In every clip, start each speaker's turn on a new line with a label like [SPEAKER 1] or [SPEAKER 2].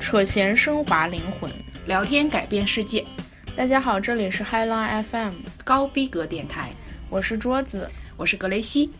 [SPEAKER 1] 扯闲升华灵魂。
[SPEAKER 2] 聊天改变世界，
[SPEAKER 1] 大家好，这里是 High Line FM，
[SPEAKER 2] 高逼格电台，
[SPEAKER 1] 我是桌子。
[SPEAKER 2] 我是格雷西。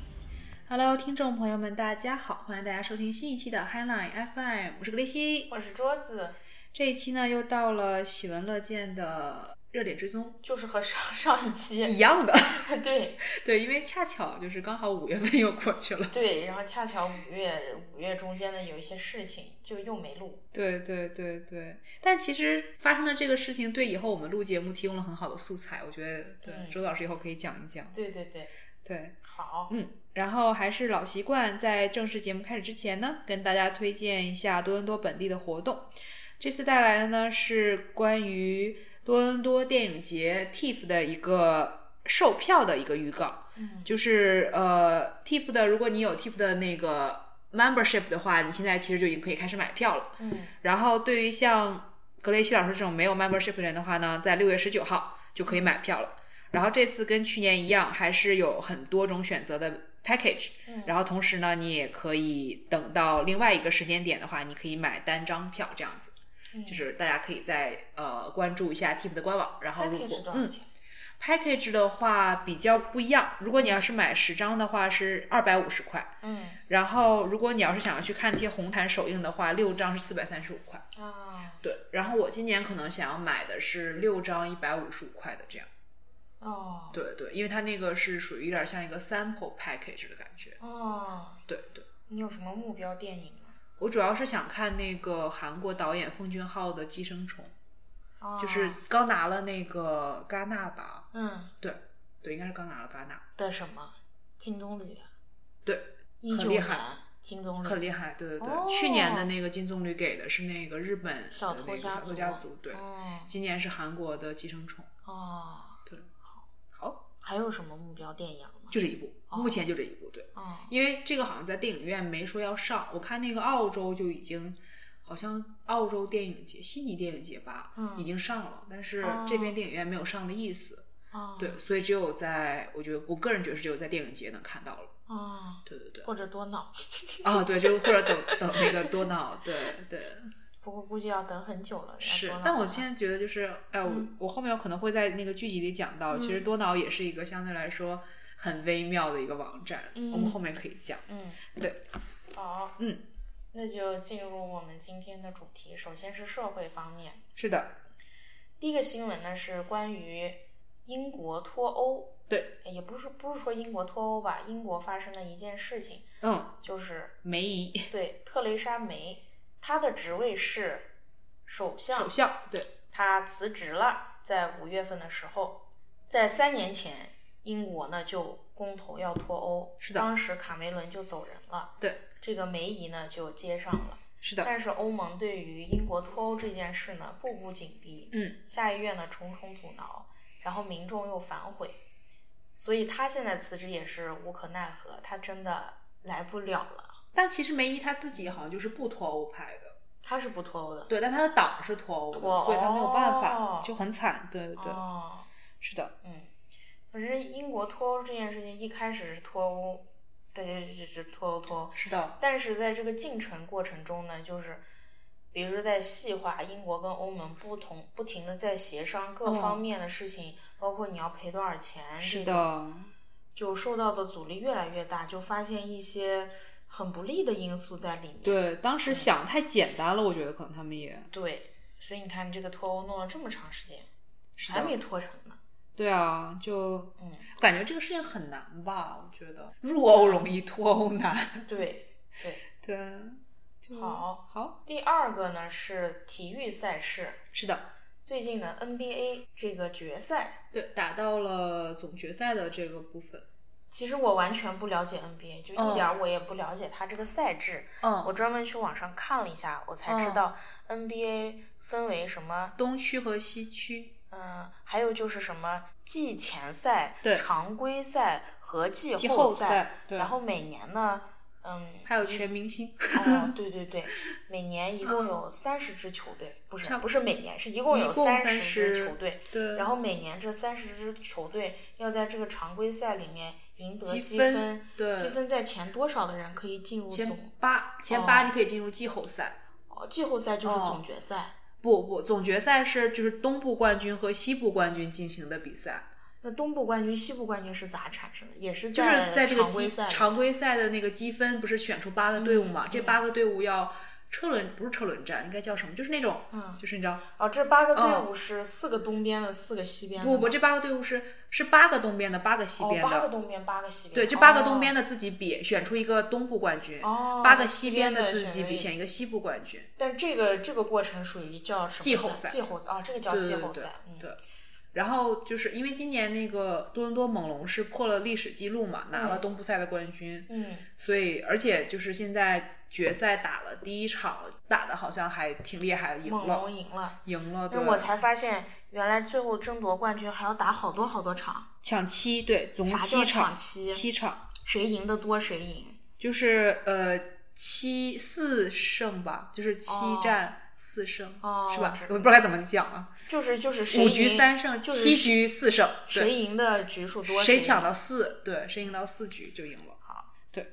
[SPEAKER 3] Hello，听众朋友们，大家好，欢迎大家收听新一期的 Highline FM，我是格雷西。
[SPEAKER 1] 我是桌子，
[SPEAKER 3] 这一期呢，又到了喜闻乐见的热点追踪，
[SPEAKER 1] 就是和上 上一期
[SPEAKER 3] 一样的。
[SPEAKER 1] 对
[SPEAKER 3] 对，因为恰巧就是刚好五月份又过去了。
[SPEAKER 1] 对，然后恰巧五月五月中间呢有一些事情就又没录，
[SPEAKER 3] 对对对对，但其实发生的这个事情对以后我们录节目提供了很好的素材，我觉得
[SPEAKER 1] 对
[SPEAKER 3] 对周老师以后可以讲一讲。
[SPEAKER 1] 对对对，
[SPEAKER 3] 对，
[SPEAKER 1] 好，
[SPEAKER 3] 嗯，然后还是老习惯，在正式节目开始之前呢，跟大家推荐一下多伦多本地的活动。这次带来的呢是关于多伦多电影节 TIFF 的一个售票的一个预告，
[SPEAKER 1] 嗯，
[SPEAKER 3] 就是呃 TIFF 的，如果你有 TIFF 的那个 membership 的话，你现在其实就已经可以开始买票了。
[SPEAKER 1] 嗯，
[SPEAKER 3] 然后对于像格雷西老师这种没有 membership 的人的话呢，在六月十九号就可以买票了。然后这次跟去年一样，还是有很多种选择的 package
[SPEAKER 1] 嗯。
[SPEAKER 3] 然后同时呢，你也可以等到另外一个时间点的话，你可以买单张票这样子。
[SPEAKER 1] 嗯
[SPEAKER 3] 就是大家可以在呃关注一下 TIFF 的官网，然后如
[SPEAKER 1] package
[SPEAKER 3] 果
[SPEAKER 1] 多少
[SPEAKER 3] 嗯
[SPEAKER 1] 钱？
[SPEAKER 3] package 的话比较不一样，如果你要是买十张的话是二百五十块，
[SPEAKER 1] 嗯
[SPEAKER 3] 然后如果你要是想要去看那些红毯首映的话，六张是四百三十五块。
[SPEAKER 1] 啊
[SPEAKER 3] 对，然后我今年可能想要买的是六张一百五十五块的这样。
[SPEAKER 1] 哦
[SPEAKER 3] 对对，因为它那个是属于有点像一个 sample package 的感觉。
[SPEAKER 1] 哦，
[SPEAKER 3] 对对，
[SPEAKER 1] 你有什么目标电影吗？
[SPEAKER 3] 我主要是想看那个韩国导演奉俊昊的《寄生虫》，
[SPEAKER 1] 哦
[SPEAKER 3] 就是刚拿了那个戛纳吧？
[SPEAKER 1] 嗯
[SPEAKER 3] 对对，应该是刚拿了戛纳，
[SPEAKER 1] 的什么金棕榈啊，
[SPEAKER 3] 对，
[SPEAKER 1] 一九
[SPEAKER 3] 厉
[SPEAKER 1] 年
[SPEAKER 3] 害
[SPEAKER 1] 金棕榈，
[SPEAKER 3] 很厉害。对对对，
[SPEAKER 1] 哦
[SPEAKER 3] 去年的那个金棕榈给的是那个日本的
[SPEAKER 1] 小
[SPEAKER 3] 那
[SPEAKER 1] 偷
[SPEAKER 3] 个
[SPEAKER 1] 家
[SPEAKER 3] 小
[SPEAKER 1] 族
[SPEAKER 3] 偷家族，对，
[SPEAKER 1] 哦
[SPEAKER 3] 今年是韩国的《寄生虫》。
[SPEAKER 1] 哦，
[SPEAKER 3] 对，好，
[SPEAKER 1] 还有什么目标电影吗？
[SPEAKER 3] 就这一部，
[SPEAKER 1] 哦
[SPEAKER 3] 目前就这一部，对。
[SPEAKER 1] 哦，
[SPEAKER 3] 因为这个好像在电影院没说要上，我看那个澳洲就已经，好像澳洲电影节、悉尼电影节吧，
[SPEAKER 1] 嗯
[SPEAKER 3] 已经上了，但是
[SPEAKER 1] 哦
[SPEAKER 3] 这边电影院没有上的意思。
[SPEAKER 1] 哦
[SPEAKER 3] 对，所以只有在，我觉得我个人觉得是只有在电影节能看到了。
[SPEAKER 1] 哦，
[SPEAKER 3] 对对对，
[SPEAKER 1] 或者多脑，
[SPEAKER 3] 啊对，就或者等 等那个多脑，对对
[SPEAKER 1] 不过估计要等很久了。要
[SPEAKER 3] 是
[SPEAKER 1] 哦多。脑
[SPEAKER 3] 但我
[SPEAKER 1] 的话
[SPEAKER 3] 现在觉得就是，哎，我、
[SPEAKER 1] 嗯
[SPEAKER 3] 我后面可能会在那个剧集里讲到，其实
[SPEAKER 1] 嗯
[SPEAKER 3] 多脑也是一个相对来说很微妙的一个网站，我
[SPEAKER 1] 嗯
[SPEAKER 3] 们后面可以讲。
[SPEAKER 1] 嗯，
[SPEAKER 3] 对，
[SPEAKER 1] 好，
[SPEAKER 3] 嗯，
[SPEAKER 1] 那就进入我们今天的主题。首先是社会方面，
[SPEAKER 3] 是的，
[SPEAKER 1] 第一个新闻呢是关于英国脱欧，哎
[SPEAKER 3] 对，
[SPEAKER 1] 也不是不是说英国脱欧吧，英国发生了一件事情，
[SPEAKER 3] 嗯，
[SPEAKER 1] 就是
[SPEAKER 3] 梅姨。
[SPEAKER 1] 对特蕾莎梅，她的职位是首相
[SPEAKER 3] 首，相，对，
[SPEAKER 1] 他辞职了，在五月份的时候，在三年前，英国呢就公投要脱欧，
[SPEAKER 3] 是的
[SPEAKER 1] 当时卡梅伦就走人了，
[SPEAKER 3] 对，
[SPEAKER 1] 这个梅姨呢就接上了。
[SPEAKER 3] 是的，
[SPEAKER 1] 但是欧盟对于英国脱欧这件事呢步步紧逼，
[SPEAKER 3] 嗯，
[SPEAKER 1] 下议院呢重重阻挠，然后民众又反悔，所以他现在辞职也是无可奈何，他真的来不了了，
[SPEAKER 3] 但其实梅姨她自己好像就是不脱欧派的，
[SPEAKER 1] 他是不脱欧的，
[SPEAKER 3] 对，但她的党是脱欧的，
[SPEAKER 1] 脱欧
[SPEAKER 3] 所以她没有办法
[SPEAKER 1] 哦，
[SPEAKER 3] 就很惨，对对对，
[SPEAKER 1] 哦
[SPEAKER 3] 是的，
[SPEAKER 1] 嗯，反正英国脱欧这件事情一开始是脱欧，大家就只脱欧脱欧，
[SPEAKER 3] 是的，
[SPEAKER 1] 但是在这个进程过程中呢，就是比如说在细化英国跟欧盟不同，不停的在协商各
[SPEAKER 3] 嗯
[SPEAKER 1] 方面的事情，包括你要赔多少钱，
[SPEAKER 3] 是，的，
[SPEAKER 1] 就受到的阻力越来越大，就发现一些很不利的因素在里面。
[SPEAKER 3] 对，当
[SPEAKER 1] 嗯
[SPEAKER 3] 时想太简单了，我觉得可能他们也
[SPEAKER 1] 对所以你看这个脱欧弄了这么长时间，
[SPEAKER 3] 是
[SPEAKER 1] 还
[SPEAKER 3] 的，
[SPEAKER 1] 没脱成呢。
[SPEAKER 3] 对啊，就
[SPEAKER 1] 嗯，
[SPEAKER 3] 感觉这个事情很难吧，我觉得入欧容易，脱欧难，
[SPEAKER 1] 对对。
[SPEAKER 3] 对，就
[SPEAKER 1] 好
[SPEAKER 3] 好，
[SPEAKER 1] 第二个呢是体育赛事。
[SPEAKER 3] 是的，
[SPEAKER 1] 最近呢，NBA 这个决赛，
[SPEAKER 3] 对，打到了总决赛的这个部分，
[SPEAKER 1] 其实我完全不了解 NBA，就一
[SPEAKER 3] 嗯
[SPEAKER 1] 点儿我也不了解它这个赛制。我
[SPEAKER 3] 嗯，
[SPEAKER 1] 专门去网上看了一下，我才
[SPEAKER 3] 嗯
[SPEAKER 1] 知道 NBA 分为什么，
[SPEAKER 3] 东区和西区，
[SPEAKER 1] 嗯、还有就是什么季前赛、
[SPEAKER 3] 对
[SPEAKER 1] 常规赛和季
[SPEAKER 3] 季
[SPEAKER 1] 后
[SPEAKER 3] 后赛对
[SPEAKER 1] 然后每年呢，嗯，
[SPEAKER 3] 还有全明星，
[SPEAKER 1] 哦，对对对，每年一共有三十支球队，不是
[SPEAKER 3] 嗯差不
[SPEAKER 1] 不是每年，是一共有
[SPEAKER 3] 一共
[SPEAKER 1] 三十支
[SPEAKER 3] 30
[SPEAKER 1] 球队，
[SPEAKER 3] 对，
[SPEAKER 1] 然后每年这三十支球队要在这个常规赛里面赢得
[SPEAKER 3] 积
[SPEAKER 1] 积
[SPEAKER 3] 分
[SPEAKER 1] 分，
[SPEAKER 3] 对
[SPEAKER 1] 积分在前多少的人可以进入
[SPEAKER 3] 前
[SPEAKER 1] 总
[SPEAKER 3] 八前
[SPEAKER 1] 哦
[SPEAKER 3] 八你可以进入季后赛，
[SPEAKER 1] 哦哦，季后赛就是
[SPEAKER 3] 哦
[SPEAKER 1] 总决赛，
[SPEAKER 3] 不不，总决赛是就是东部冠军和西部冠军进行的比赛，
[SPEAKER 1] 那东部冠军、西部冠军是咋产生的？也是
[SPEAKER 3] 就是在这个
[SPEAKER 1] 常规
[SPEAKER 3] 积
[SPEAKER 1] 赛里
[SPEAKER 3] 常规赛的那个积分，不是选出八个队伍嘛？
[SPEAKER 1] 嗯
[SPEAKER 3] 这
[SPEAKER 1] 嗯
[SPEAKER 3] 八个队伍要车轮不是车轮战，应该叫什么？就是那种，
[SPEAKER 1] 嗯
[SPEAKER 3] 就是你知道，
[SPEAKER 1] 哦，这八个队
[SPEAKER 3] 嗯
[SPEAKER 1] 伍是四个东边的，四个西边的吗。
[SPEAKER 3] 不不，这八个队伍是是八个东边的，八个西
[SPEAKER 1] 哦，
[SPEAKER 3] 边
[SPEAKER 1] 八个
[SPEAKER 3] 的，
[SPEAKER 1] 东边，八个西边。
[SPEAKER 3] 对，这八个东边的自己比，选出一个东部冠军，
[SPEAKER 1] 哦，
[SPEAKER 3] 八个
[SPEAKER 1] 西
[SPEAKER 3] 西边
[SPEAKER 1] 的
[SPEAKER 3] 的自己
[SPEAKER 1] 选了
[SPEAKER 3] 比，
[SPEAKER 1] 一
[SPEAKER 3] 选一个西部冠军。
[SPEAKER 1] 但这个这个过程属于叫什么
[SPEAKER 3] 季后
[SPEAKER 1] 赛？
[SPEAKER 3] 赛
[SPEAKER 1] 季后赛啊，这个叫
[SPEAKER 3] 对
[SPEAKER 1] 季
[SPEAKER 3] 对
[SPEAKER 1] 后
[SPEAKER 3] 对
[SPEAKER 1] 赛。嗯，
[SPEAKER 3] 对然后就是因为今年那个多伦多猛龙是破了历史记录嘛，拿了东部赛的冠军，
[SPEAKER 1] 嗯，
[SPEAKER 3] 所以而且就是现在决赛打了第一场，打的好像还挺厉害，赢
[SPEAKER 1] 猛龙
[SPEAKER 3] 了，
[SPEAKER 1] 赢了。
[SPEAKER 3] 赢了，对
[SPEAKER 1] 但，我才发现，原来最后争夺冠军还要打好多好多场，
[SPEAKER 3] 抢七，对，总共
[SPEAKER 1] 啥叫
[SPEAKER 3] 七
[SPEAKER 1] 场
[SPEAKER 3] 场，
[SPEAKER 1] 七
[SPEAKER 3] 七场，
[SPEAKER 1] 谁赢得多谁赢。
[SPEAKER 3] 就是呃七四胜吧，就是七
[SPEAKER 1] 哦
[SPEAKER 3] 战四胜，
[SPEAKER 1] 哦
[SPEAKER 3] 是
[SPEAKER 1] 我
[SPEAKER 3] 吧
[SPEAKER 1] 知？
[SPEAKER 3] 我不知道该怎么讲啊，
[SPEAKER 1] 就是就是谁
[SPEAKER 3] 五局
[SPEAKER 1] 赢
[SPEAKER 3] 三胜，
[SPEAKER 1] 就是
[SPEAKER 3] 七局四胜，
[SPEAKER 1] 谁
[SPEAKER 3] 对，
[SPEAKER 1] 赢的局数多
[SPEAKER 3] 谁
[SPEAKER 1] 赢
[SPEAKER 3] 抢到四，对，谁赢到四局就赢了。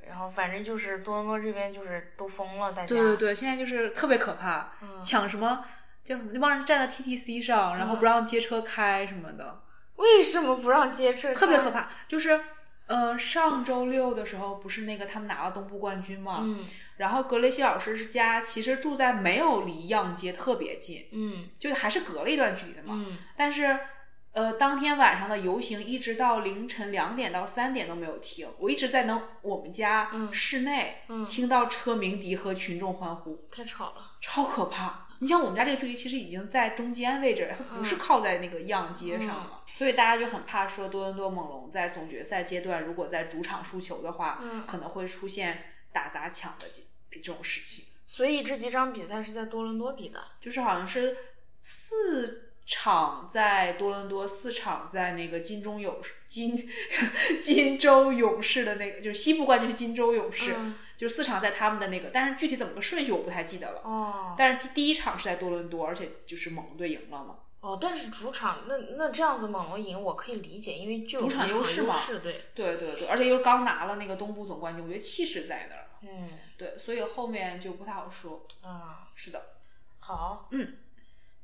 [SPEAKER 1] 然后反正就是多伦多这边就是都疯了，大家
[SPEAKER 3] 对对对，现在就是特别可怕，
[SPEAKER 1] 嗯
[SPEAKER 3] 抢什么叫什么，那帮人站在 TTC 上，然后不
[SPEAKER 1] 嗯
[SPEAKER 3] 让街车开什么的，
[SPEAKER 1] 为什么不让接这？
[SPEAKER 3] 特别可。怕。就是，呃，上周六的时候不是那个他们拿了东部冠军嘛，
[SPEAKER 1] 嗯
[SPEAKER 3] 然后格雷西老师是家其实住在没有离样街特别近，
[SPEAKER 1] 嗯
[SPEAKER 3] 就还是隔了一段距离的嘛，
[SPEAKER 1] 嗯，
[SPEAKER 3] 但是。呃，当天晚上的游行一直到凌晨两点到三点都没有停，我一直在能我们家
[SPEAKER 1] 嗯
[SPEAKER 3] 室内、
[SPEAKER 1] 嗯
[SPEAKER 3] 听到车鸣笛和群众欢呼，
[SPEAKER 1] 太吵了。
[SPEAKER 3] 超可怕。你像我们家这个距离，其实已经在中间位置了，它不
[SPEAKER 1] 嗯
[SPEAKER 3] 是靠在那个样街上了，所以大家就很怕说多伦多猛龙在总决赛阶段，如果在主场输球的话，
[SPEAKER 1] 嗯
[SPEAKER 3] 可能会出现打砸抢的这这种事情，
[SPEAKER 1] 所以这几场比赛是在多伦多比的。
[SPEAKER 3] 就是好像是四场在多伦多，四场在那个金钟勇士金 金州勇士的那个，就是西部冠军是金州勇士，
[SPEAKER 1] 嗯
[SPEAKER 3] 就是四场在他们的那个，但是具体怎么个顺序我不太记得了。
[SPEAKER 1] 哦
[SPEAKER 3] 但是第一场是在多伦多，而且就是猛龙队赢了嘛。
[SPEAKER 1] 哦，但是主场那那这样子猛龙赢我可以理解，因为就有
[SPEAKER 3] 主场
[SPEAKER 1] 优
[SPEAKER 3] 优势嘛
[SPEAKER 1] 对，
[SPEAKER 3] 对对对，而且又是刚拿了那个东部总冠军，我觉得气势在那儿。
[SPEAKER 1] 嗯
[SPEAKER 3] 对，所以后面就不太好说。
[SPEAKER 1] 啊，
[SPEAKER 3] 是的，
[SPEAKER 1] 好，
[SPEAKER 3] 嗯，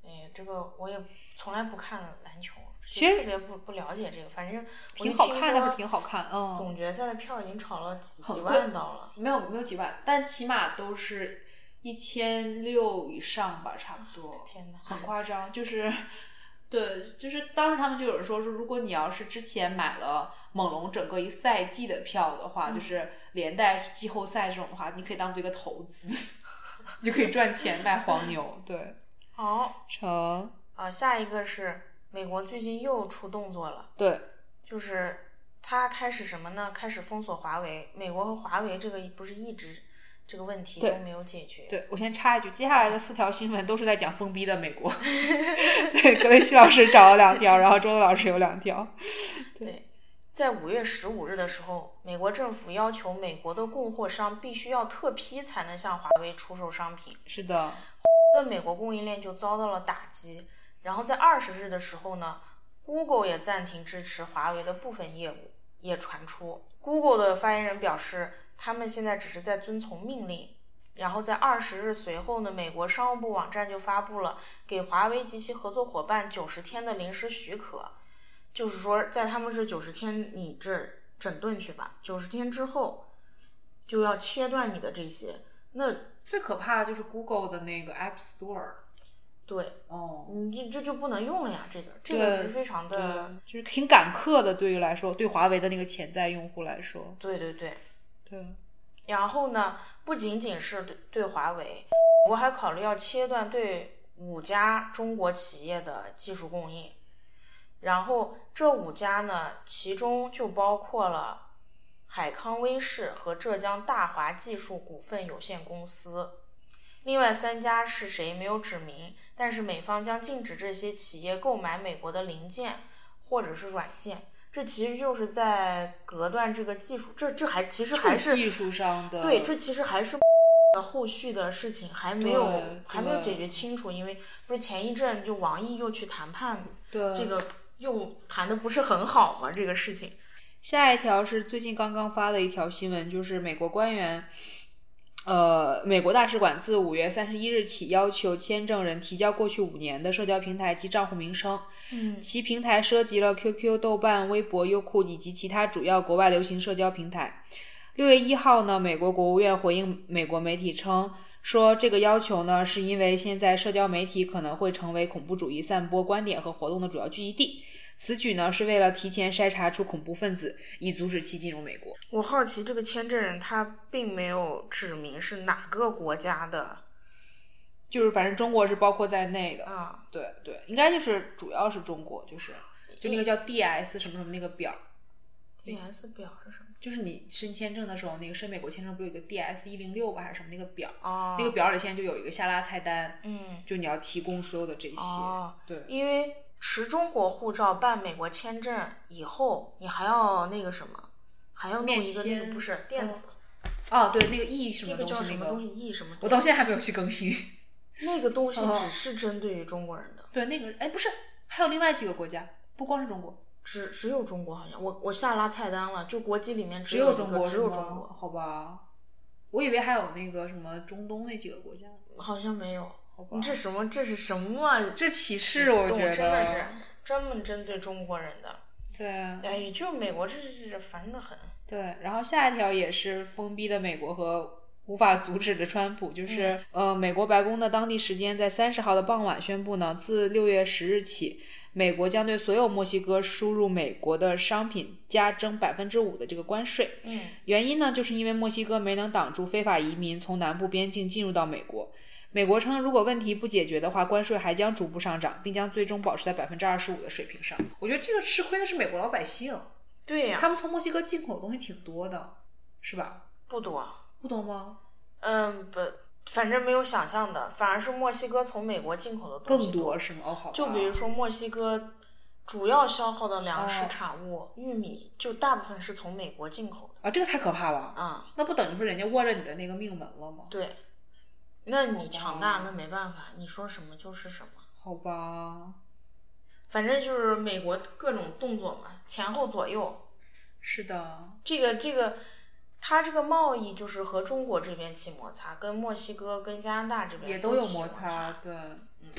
[SPEAKER 1] 哎，这个我也从来不看篮球，
[SPEAKER 3] 其实
[SPEAKER 1] 特别不不了解这个，反正我
[SPEAKER 3] 挺
[SPEAKER 1] 就
[SPEAKER 3] 好
[SPEAKER 1] 听
[SPEAKER 3] 看，
[SPEAKER 1] 说
[SPEAKER 3] 但是挺好看。嗯，
[SPEAKER 1] 总决赛的票已经炒了几
[SPEAKER 3] 很
[SPEAKER 1] 几
[SPEAKER 3] 贵
[SPEAKER 1] 万刀了，
[SPEAKER 3] 没有没有几万，但起码都是一千六以上吧，差不多。
[SPEAKER 1] 天哪！
[SPEAKER 3] 很夸张，就是。对，就是当时他们就有人说说，如果你要是之前买了猛龙整个一赛季的票的话，
[SPEAKER 1] 嗯
[SPEAKER 3] 就是连带季后赛这种的话，你可以当做一个投资， 你就可以赚钱卖黄牛。对，
[SPEAKER 1] 好
[SPEAKER 3] 成，
[SPEAKER 1] 啊，下一个是美国最近又出动作了。
[SPEAKER 3] 对，
[SPEAKER 1] 就是他开始什么呢？开始封锁华为。美国和华为这个不是一直这个问题
[SPEAKER 3] 对
[SPEAKER 1] 都没有解决。
[SPEAKER 3] 对我先插一句，接下来的四条新闻都是在讲封逼的美国。 对，格雷西老师找了两条，然后周子老师有两条。
[SPEAKER 1] 对在五月十五日的时候，美国政府要求美国的供货商必须要特批才能向华为出售商品，
[SPEAKER 3] 是的，
[SPEAKER 1] 那美国供应链就遭到了打击。然后在二十日的时候呢，Google 也暂停支持华为的部分业务，也传出 Google 的发言人表示，他们现在只是在遵从命令。然后在二十日随后呢，美国商务部网站就发布了给华为及其合作伙伴九十天的临时许可，就是说在他们这九十天你这儿整顿去吧，九十天之后就要切断你的这些。那
[SPEAKER 3] 最可怕的就是 Google 的那个 App Store。
[SPEAKER 1] 对，
[SPEAKER 3] 哦，
[SPEAKER 1] 你这这就不能用了呀，这个这个是
[SPEAKER 3] 对
[SPEAKER 1] 非常的，
[SPEAKER 3] 对，就是挺赶客的，对于来说，对华为的那个潜在用户来说，
[SPEAKER 1] 对对对。
[SPEAKER 3] 对，
[SPEAKER 1] 然后呢，不仅仅是对对华为，我还考虑要切断对五家中国企业的技术供应。然后这五家呢，其中就包括了海康威视和浙江大华技术股份有限公司。另外三家是谁没有指明，但是美方将禁止这些企业购买美国的零件或者是软件。这其实就是在隔断这个技术，这这还其实还是
[SPEAKER 3] 技术上的
[SPEAKER 1] 对，这其实还是 的后续的事情还没有
[SPEAKER 3] 对
[SPEAKER 1] 还没有
[SPEAKER 3] 对
[SPEAKER 1] 解决清楚，因为不是前一阵就王毅又去谈判，
[SPEAKER 3] 对
[SPEAKER 1] 这。个又谈的不是很好嘛，这个事情。
[SPEAKER 3] 下一条是最近刚刚发的一条新闻，就是美国官员呃，美国大使馆自五月三十一日起要求签证人提交过去五年的社交平台及账户名称，
[SPEAKER 4] 嗯
[SPEAKER 3] 其平台涉及了 QQ、豆瓣、微博、优酷以及其他主要国外流行社交平台。六月一号呢，美国国务院回应美国媒体称，说这个要求呢，是因为现在社交媒体可能会成为恐怖主义散播观点和活动的主要聚集地。此举呢，是为了提前筛查出恐怖分子，以阻止其进入美国。
[SPEAKER 4] 我好奇这个签证人他并没有指明是哪个国家的
[SPEAKER 3] 就是反正中国是包括在内的。
[SPEAKER 4] 啊，
[SPEAKER 3] 对对，应该就是主要是中国，就是就那个叫 DS 什么什么那个表，
[SPEAKER 4] DS 表是什么？
[SPEAKER 3] 就是你申签证的时候，那个申美国签证不是有一个 DS 一零六吧还是什么那个表？
[SPEAKER 4] 哦，
[SPEAKER 3] 那个表里现在就有一个下拉菜单，
[SPEAKER 4] 嗯
[SPEAKER 3] 就你要提供所有的这些。
[SPEAKER 4] 哦，
[SPEAKER 3] 对，
[SPEAKER 4] 因为持中国护照办美国签证以后，你还要那个什么，还要弄
[SPEAKER 3] 面
[SPEAKER 4] 一个那个
[SPEAKER 3] 签
[SPEAKER 4] 不是电子，
[SPEAKER 3] 哦对，那个 E 什
[SPEAKER 4] 这
[SPEAKER 3] 么
[SPEAKER 4] 个
[SPEAKER 3] 东
[SPEAKER 4] 叫
[SPEAKER 3] 西
[SPEAKER 4] 什
[SPEAKER 3] 那
[SPEAKER 4] 么东西
[SPEAKER 3] 个，
[SPEAKER 4] E 什么东西，
[SPEAKER 3] 我到现在还没有去更新。
[SPEAKER 4] 那个东西
[SPEAKER 3] 哦
[SPEAKER 4] 只是针对于中国人的，
[SPEAKER 3] 对，那个哎不是，还有另外几个国家，不光是中国，
[SPEAKER 4] 只只有中国好像，我我下拉菜单了，就国际里面
[SPEAKER 3] 只
[SPEAKER 4] 有
[SPEAKER 3] 有
[SPEAKER 4] 一
[SPEAKER 3] 中
[SPEAKER 4] 个
[SPEAKER 3] 国，
[SPEAKER 4] 只有中国，
[SPEAKER 3] 好吧？我以为还有那个什么中东那几个国家，
[SPEAKER 4] 好像没有。
[SPEAKER 3] 好吧？
[SPEAKER 4] 你这什么？这是什么？
[SPEAKER 3] 这歧视，我觉得
[SPEAKER 4] 真的是专门针对中国人的。
[SPEAKER 3] 对
[SPEAKER 4] 哎，也就美国这是烦得很。
[SPEAKER 3] 对。然后下一条也是封逼的美国和无法阻止的川普，
[SPEAKER 4] 嗯
[SPEAKER 3] 就是、呃，美国白宫的当地时间在三十号的傍晚宣布呢，自六月十日起，美国将对所有墨西哥输入美国的商品加征百分之五的这个关税。
[SPEAKER 4] 嗯
[SPEAKER 3] 原因呢，就是因为墨西哥没能挡住非法移民从南部边境进入到美国。美国称，如果问题不解决的话，关税还将逐步上涨，并将最终保持在百分之二十五的水平上。我觉得这个吃亏的是美国老百姓，
[SPEAKER 4] 对呀、
[SPEAKER 3] 他们从墨西哥进口的东西挺多的，是吧？
[SPEAKER 4] 不多。
[SPEAKER 3] 不懂吗？
[SPEAKER 4] 嗯，不，反正没有想象的，反而是墨西哥从美国进口的东
[SPEAKER 3] 更
[SPEAKER 4] 西
[SPEAKER 3] 多是吗？哦，好吧。
[SPEAKER 4] 就比如说墨西哥主要消耗的粮食
[SPEAKER 3] 哦
[SPEAKER 4] 产物、玉米，就大部分是从美国进口的。
[SPEAKER 3] 啊，这个太可怕了，
[SPEAKER 4] 啊、
[SPEAKER 3] 那不等于说人家握着你的那个命门了吗？
[SPEAKER 4] 对。那你强大
[SPEAKER 3] 哦，
[SPEAKER 4] 那没办法，你说什么就是什么。
[SPEAKER 3] 好吧，
[SPEAKER 4] 反正就是美国各种动作嘛，前后左右，
[SPEAKER 3] 是的，
[SPEAKER 4] 这个这个，它这个贸易就是和中国这边起摩擦，跟墨西哥、跟加拿大这边
[SPEAKER 3] 也都有
[SPEAKER 4] 起摩
[SPEAKER 3] 摩。对，嗯，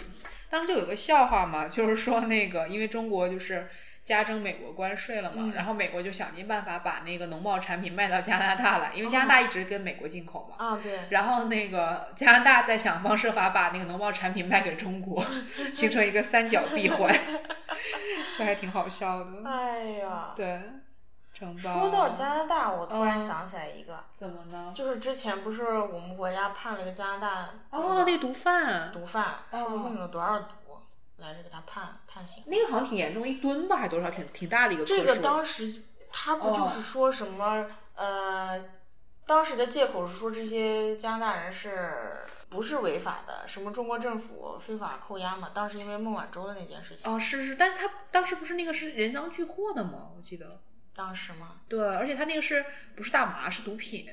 [SPEAKER 3] 当时就有个笑话嘛，就是说那个，因为中国就是加征美国关税了嘛，
[SPEAKER 4] 嗯
[SPEAKER 3] 然后美国就想尽办法把那个农贸产品卖到加拿大来，因为加拿大一直跟美国进口嘛。
[SPEAKER 4] 啊，对，
[SPEAKER 3] 然后那个加拿大在想方设法把那个农贸产品卖给中国，形成一个三角闭 环，这还挺好笑的。
[SPEAKER 4] 哎呀，
[SPEAKER 3] 对，成吧。
[SPEAKER 4] 说到加拿大，我突然
[SPEAKER 3] 嗯
[SPEAKER 4] 想起来一个，
[SPEAKER 3] 怎么呢？
[SPEAKER 4] 就是之前不是我们国家判了个加拿大
[SPEAKER 3] 哦，那
[SPEAKER 4] 个
[SPEAKER 3] 个毒贩，
[SPEAKER 4] 毒贩，
[SPEAKER 3] 哦
[SPEAKER 4] 说用了多少毒来着给他判判刑？
[SPEAKER 3] 那个好像挺严重，一吨吧，还多少，挺挺大的一个
[SPEAKER 4] 这
[SPEAKER 3] 棵
[SPEAKER 4] 个
[SPEAKER 3] 数
[SPEAKER 4] 当时他不
[SPEAKER 3] 哦
[SPEAKER 4] 就是说什么呃，当时的借口是说这些加拿大人是不是违法的？什么中国政府非法扣押嘛？当时因为孟晚舟的那件事情，
[SPEAKER 3] 哦，是是，但是他当时不是那个是人赃俱获的吗？我记得。
[SPEAKER 4] 当时嘛，
[SPEAKER 3] 对，而且他那个是不是大麻是毒品？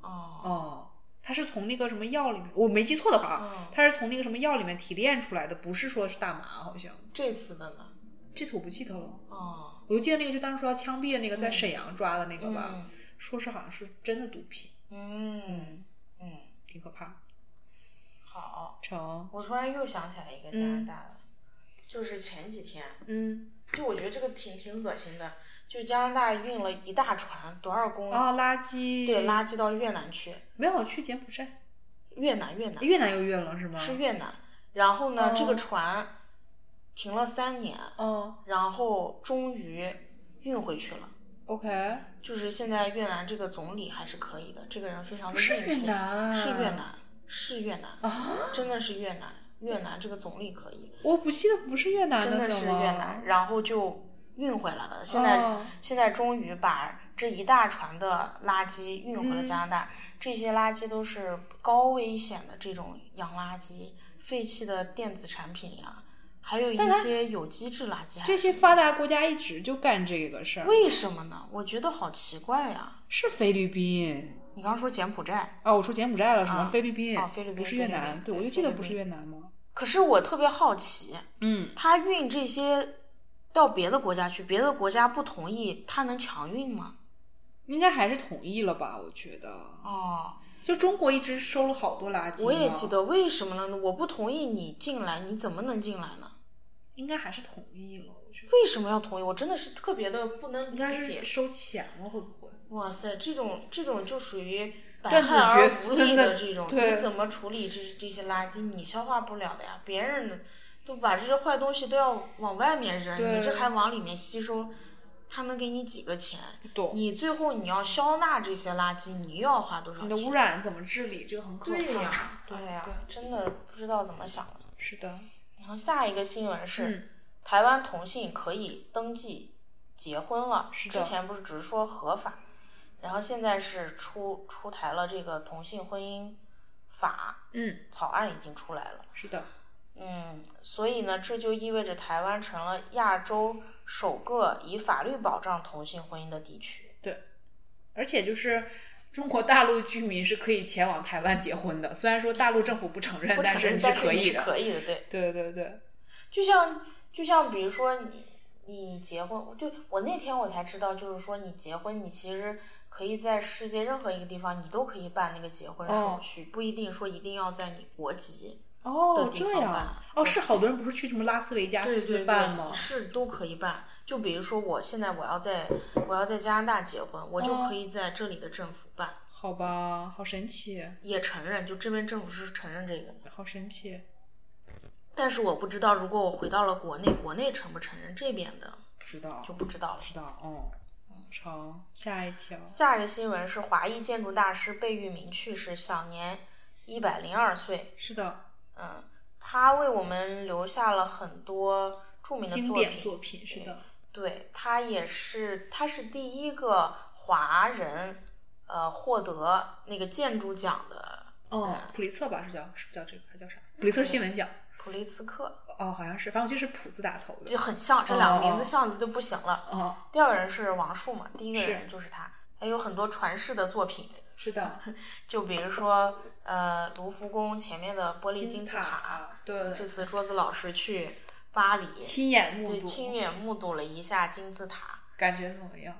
[SPEAKER 4] 哦，
[SPEAKER 3] 哦，他是从那个什么药里面，我没记错的话啊
[SPEAKER 4] 嗯，
[SPEAKER 3] 他是从那个什么药里面提炼出来的，不是说是大麻，好像。
[SPEAKER 4] 这次的呢，
[SPEAKER 3] 这次我不记得了，
[SPEAKER 4] 哦，
[SPEAKER 3] 我就记得那个就当时说要枪毙的那个在
[SPEAKER 4] 嗯
[SPEAKER 3] 沈阳抓的那个吧，
[SPEAKER 4] 嗯
[SPEAKER 3] 说是好像是真的毒品，
[SPEAKER 4] 嗯嗯，
[SPEAKER 3] 挺可怕。
[SPEAKER 4] 好。
[SPEAKER 3] 成，
[SPEAKER 4] 我突然又想起来一个加拿大的，就是前几天，
[SPEAKER 3] 嗯，
[SPEAKER 4] 就我觉得这个挺挺恶心的，就加拿大运了一大船多少公、
[SPEAKER 3] 啊，垃圾，
[SPEAKER 4] 对垃圾到越南去，
[SPEAKER 3] 没有去柬埔寨，
[SPEAKER 4] 越南越南
[SPEAKER 3] 越南又越了是吗？
[SPEAKER 4] 是，越南，然后呢、
[SPEAKER 3] 哦
[SPEAKER 4] 这个船停了三年，
[SPEAKER 3] 嗯
[SPEAKER 4] 然后终于运回去了。
[SPEAKER 3] ，OK，
[SPEAKER 4] 就是现在越南这个总理还是可以的，这个人非常
[SPEAKER 3] 不
[SPEAKER 4] 的
[SPEAKER 3] 是
[SPEAKER 4] 硬
[SPEAKER 3] 越
[SPEAKER 4] 气，
[SPEAKER 3] 南，
[SPEAKER 4] 是越南，是越南，
[SPEAKER 3] 啊。
[SPEAKER 4] 真的是越南，越南这个总理可以。
[SPEAKER 3] 我不记得不是越南
[SPEAKER 4] 真的是
[SPEAKER 3] 啊怎么
[SPEAKER 4] 越南，然后就运回来了。现在、
[SPEAKER 3] 哦
[SPEAKER 4] 现在终于把这一大船的垃圾运回了
[SPEAKER 3] 嗯
[SPEAKER 4] 加拿大。这些垃圾都是高危险的这种洋垃圾、废弃的电子产品呀、还有一些有机质垃圾还是什么。
[SPEAKER 3] 这些发达国家一直就干这个事儿，
[SPEAKER 4] 为什么呢？我觉得好奇怪呀、
[SPEAKER 3] 是菲律宾
[SPEAKER 4] 你刚说柬埔寨，
[SPEAKER 3] 啊、我说柬埔寨了，什么、
[SPEAKER 4] 啊
[SPEAKER 3] 菲律宾、
[SPEAKER 4] 啊菲律宾
[SPEAKER 3] 不是越
[SPEAKER 4] 菲律
[SPEAKER 3] 南，
[SPEAKER 4] 宾
[SPEAKER 3] 对，我就
[SPEAKER 4] 对
[SPEAKER 3] 记得
[SPEAKER 4] 菲律
[SPEAKER 3] 不是
[SPEAKER 4] 宾嗯
[SPEAKER 3] 越南吗？
[SPEAKER 4] 可是我特别好奇，
[SPEAKER 3] 嗯，
[SPEAKER 4] 他运这些到别的国家去，别的国家不同意，他能强运吗？
[SPEAKER 3] 应该还是同意了吧？我觉得，
[SPEAKER 4] 哦，
[SPEAKER 3] 就中国一直收了好多垃圾。
[SPEAKER 4] 我也记，得为什么呢？我不同意你进来，你怎么能进来呢？
[SPEAKER 3] 应该还是统一了，我觉得
[SPEAKER 4] 为什么要同意？我真的是特别的不能
[SPEAKER 3] 应
[SPEAKER 4] 理
[SPEAKER 3] 该
[SPEAKER 4] 解
[SPEAKER 3] 是。收钱了，会不会？
[SPEAKER 4] 哇塞，这种这种就属于百
[SPEAKER 3] 断子
[SPEAKER 4] 害而
[SPEAKER 3] 绝
[SPEAKER 4] 无
[SPEAKER 3] 孙
[SPEAKER 4] 一
[SPEAKER 3] 的
[SPEAKER 4] 的这种，
[SPEAKER 3] 对
[SPEAKER 4] 你怎么处理这这些垃圾？你消化不了的呀，别人的都把这些坏东西都要往外面扔，你
[SPEAKER 3] 对
[SPEAKER 4] 这还往里面吸收，他能给你几个钱？
[SPEAKER 3] 不懂
[SPEAKER 4] 你最后你要消纳这些垃圾，你又要花多少
[SPEAKER 3] 你
[SPEAKER 4] 钱？
[SPEAKER 3] 的污染怎么治理？这个很可怕。
[SPEAKER 4] 啊对呀，
[SPEAKER 3] 对
[SPEAKER 4] 哎呀
[SPEAKER 3] 对，
[SPEAKER 4] 真的不知道怎么想的。
[SPEAKER 3] 是的，
[SPEAKER 4] 然后下一个新闻是，
[SPEAKER 3] 嗯
[SPEAKER 4] 台湾同性可以登记结婚了，
[SPEAKER 3] 是的
[SPEAKER 4] 之前不是只是说合法，然后现在是出出台了这个同性婚姻法
[SPEAKER 3] 嗯，
[SPEAKER 4] 草案已经出来了，
[SPEAKER 3] 是的，
[SPEAKER 4] 嗯，所以呢，这就意味着台湾成了亚洲首个以法律保障同性婚姻的地区。
[SPEAKER 3] 而且就是。中国大陆居民是可以前往台湾结婚的，虽然说大陆政府不承认，
[SPEAKER 4] 不承
[SPEAKER 3] 是
[SPEAKER 4] 认
[SPEAKER 3] 你，
[SPEAKER 4] 但
[SPEAKER 3] 可
[SPEAKER 4] 你
[SPEAKER 3] 以
[SPEAKER 4] 是
[SPEAKER 3] 的。
[SPEAKER 4] 可以的，对。
[SPEAKER 3] 对对对，
[SPEAKER 4] 就像就像比如说你你结婚，对我那天我才知道，就是说你结婚，你其实可以在世界任何一个地方，你都可以办那个结婚手续，不一定说一定要在你国籍。
[SPEAKER 3] 哦
[SPEAKER 4] 的地
[SPEAKER 3] 这
[SPEAKER 4] 方
[SPEAKER 3] 样
[SPEAKER 4] 办，
[SPEAKER 3] 哦，是好多人不是去什么拉斯维加
[SPEAKER 4] 对
[SPEAKER 3] 斯
[SPEAKER 4] 对
[SPEAKER 3] 办吗
[SPEAKER 4] 对，？是都可以办。就比如说我现在我要在我要在加拿大结婚，我就
[SPEAKER 3] 哦
[SPEAKER 4] 可以在这里的政府办，
[SPEAKER 3] 好吧，好神奇，
[SPEAKER 4] 也承认，就这边政府是承认这个的。
[SPEAKER 3] 好神奇，
[SPEAKER 4] 但是我不知道，如果我回到了国内，国内承不承认这边的
[SPEAKER 3] 不知道，
[SPEAKER 4] 就不知道了
[SPEAKER 3] 不。知道，嗯，成，下一条，
[SPEAKER 4] 下一个新闻是华裔建筑大师贝聿铭去世，享年一百零二岁。
[SPEAKER 3] 是的，
[SPEAKER 4] 嗯，他为我们留下了很多著名的
[SPEAKER 3] 经
[SPEAKER 4] 作
[SPEAKER 3] 典
[SPEAKER 4] 品。
[SPEAKER 3] 作品，是的，
[SPEAKER 4] 对他也是，他是第一个华人，呃，获得那个建筑奖的
[SPEAKER 3] 嗯，普利策吧，是叫是叫这个，还叫啥？
[SPEAKER 4] 嗯
[SPEAKER 3] 普利策新闻奖，
[SPEAKER 4] 普利兹克，
[SPEAKER 3] 哦，好像是，反正就是普字打头
[SPEAKER 4] 就
[SPEAKER 3] 的，
[SPEAKER 4] 很像，这两个名字
[SPEAKER 3] 哦
[SPEAKER 4] 像的就不行了。
[SPEAKER 3] 哦，
[SPEAKER 4] 第二个人是王树嘛，第一个
[SPEAKER 3] 是
[SPEAKER 4] 人就是他，还有很多传世的作品，
[SPEAKER 3] 是的，
[SPEAKER 4] 就比如说呃卢浮宫前面的玻璃金
[SPEAKER 3] 金
[SPEAKER 4] 字
[SPEAKER 3] 字塔，啊对，
[SPEAKER 4] 这次桌子老师去巴黎，
[SPEAKER 3] 亲眼目
[SPEAKER 4] 对，亲
[SPEAKER 3] 睹，
[SPEAKER 4] 眼目睹了一下金字塔。
[SPEAKER 3] 感觉怎么样？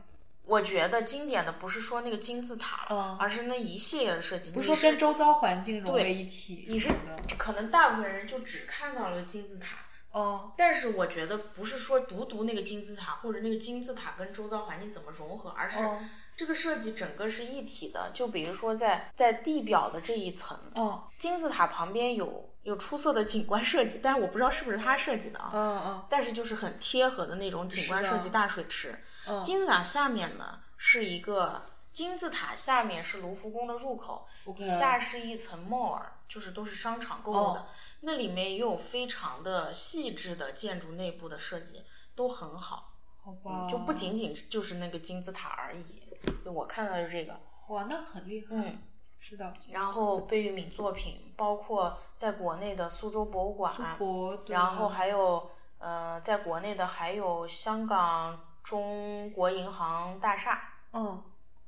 [SPEAKER 4] 我觉得经典的不是说那个金字塔，
[SPEAKER 3] 嗯
[SPEAKER 4] 而是那一系列的设计。
[SPEAKER 3] 不是
[SPEAKER 4] 你
[SPEAKER 3] 说跟周遭环境融
[SPEAKER 4] 对
[SPEAKER 3] 为一体，
[SPEAKER 4] 你是
[SPEAKER 3] 什么的，
[SPEAKER 4] 可能大部分人就只看到了金字塔，
[SPEAKER 3] 嗯，
[SPEAKER 4] 但是我觉得不是说独独那个金字塔或者那个金字塔跟周遭环境怎么融合，而是
[SPEAKER 3] 哦
[SPEAKER 4] 这个设计整个是一体的。就比如说在在地表的这一层，
[SPEAKER 3] 嗯，
[SPEAKER 4] 金字塔旁边有有出色的景观设计，但是我不知道是不是他设计的啊。
[SPEAKER 3] 嗯嗯
[SPEAKER 4] 但是就是很贴合的那种景观设计
[SPEAKER 3] 是的
[SPEAKER 4] 大水池。
[SPEAKER 3] 嗯，
[SPEAKER 4] 金字塔下面呢是一个金字塔下面是卢浮宫的入口，
[SPEAKER 3] OK
[SPEAKER 4] 底下是一层 mall，就是都是商场购物的。
[SPEAKER 3] 哦
[SPEAKER 4] 那里面也有非常的细致的建筑内部的设计，都很好，
[SPEAKER 3] 好吧，
[SPEAKER 4] 就不仅仅就是那个金字塔而已。就我看到的这个，
[SPEAKER 3] 哇，那很厉害，
[SPEAKER 4] 嗯。
[SPEAKER 3] 是的，
[SPEAKER 4] 然后贝聿铭作品，包括在国内的苏州博物馆，啊
[SPEAKER 3] 出国，对
[SPEAKER 4] 然后还有呃，在国内的还有香港中国银行大厦，
[SPEAKER 3] 嗯。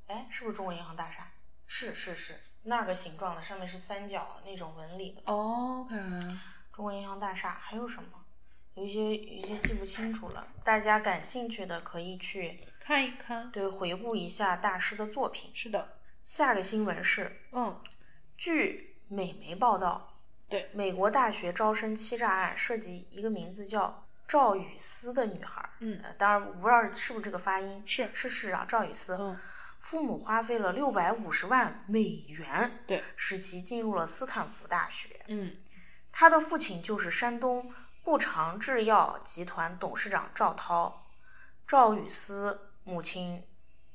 [SPEAKER 4] 哎，是不是中国银行大厦？是是是，那个形状的，上面是三角那种纹理的。
[SPEAKER 3] 哦 OK，
[SPEAKER 4] 中国银行大厦还有什么？有一些有一些记不清楚了，大家感兴趣的可以去
[SPEAKER 3] 看一看。
[SPEAKER 4] 对回顾一下大师的作品。
[SPEAKER 3] 是的，
[SPEAKER 4] 下个新闻是，
[SPEAKER 3] 嗯，
[SPEAKER 4] 据美媒报道，
[SPEAKER 3] 对
[SPEAKER 4] 美国大学招生欺诈案涉及一个名字叫赵雨思的女孩，
[SPEAKER 3] 嗯，
[SPEAKER 4] 呃，当然我不知道是不是这个发音，
[SPEAKER 3] 是
[SPEAKER 4] 是是啊，赵雨思，
[SPEAKER 3] 嗯，
[SPEAKER 4] 父母花费了六百五十万美元，
[SPEAKER 3] 对，
[SPEAKER 4] 使其进入了斯坦福大学。
[SPEAKER 3] 嗯，
[SPEAKER 4] 他的父亲就是山东步长制药集团董事长赵涛。赵雨思母亲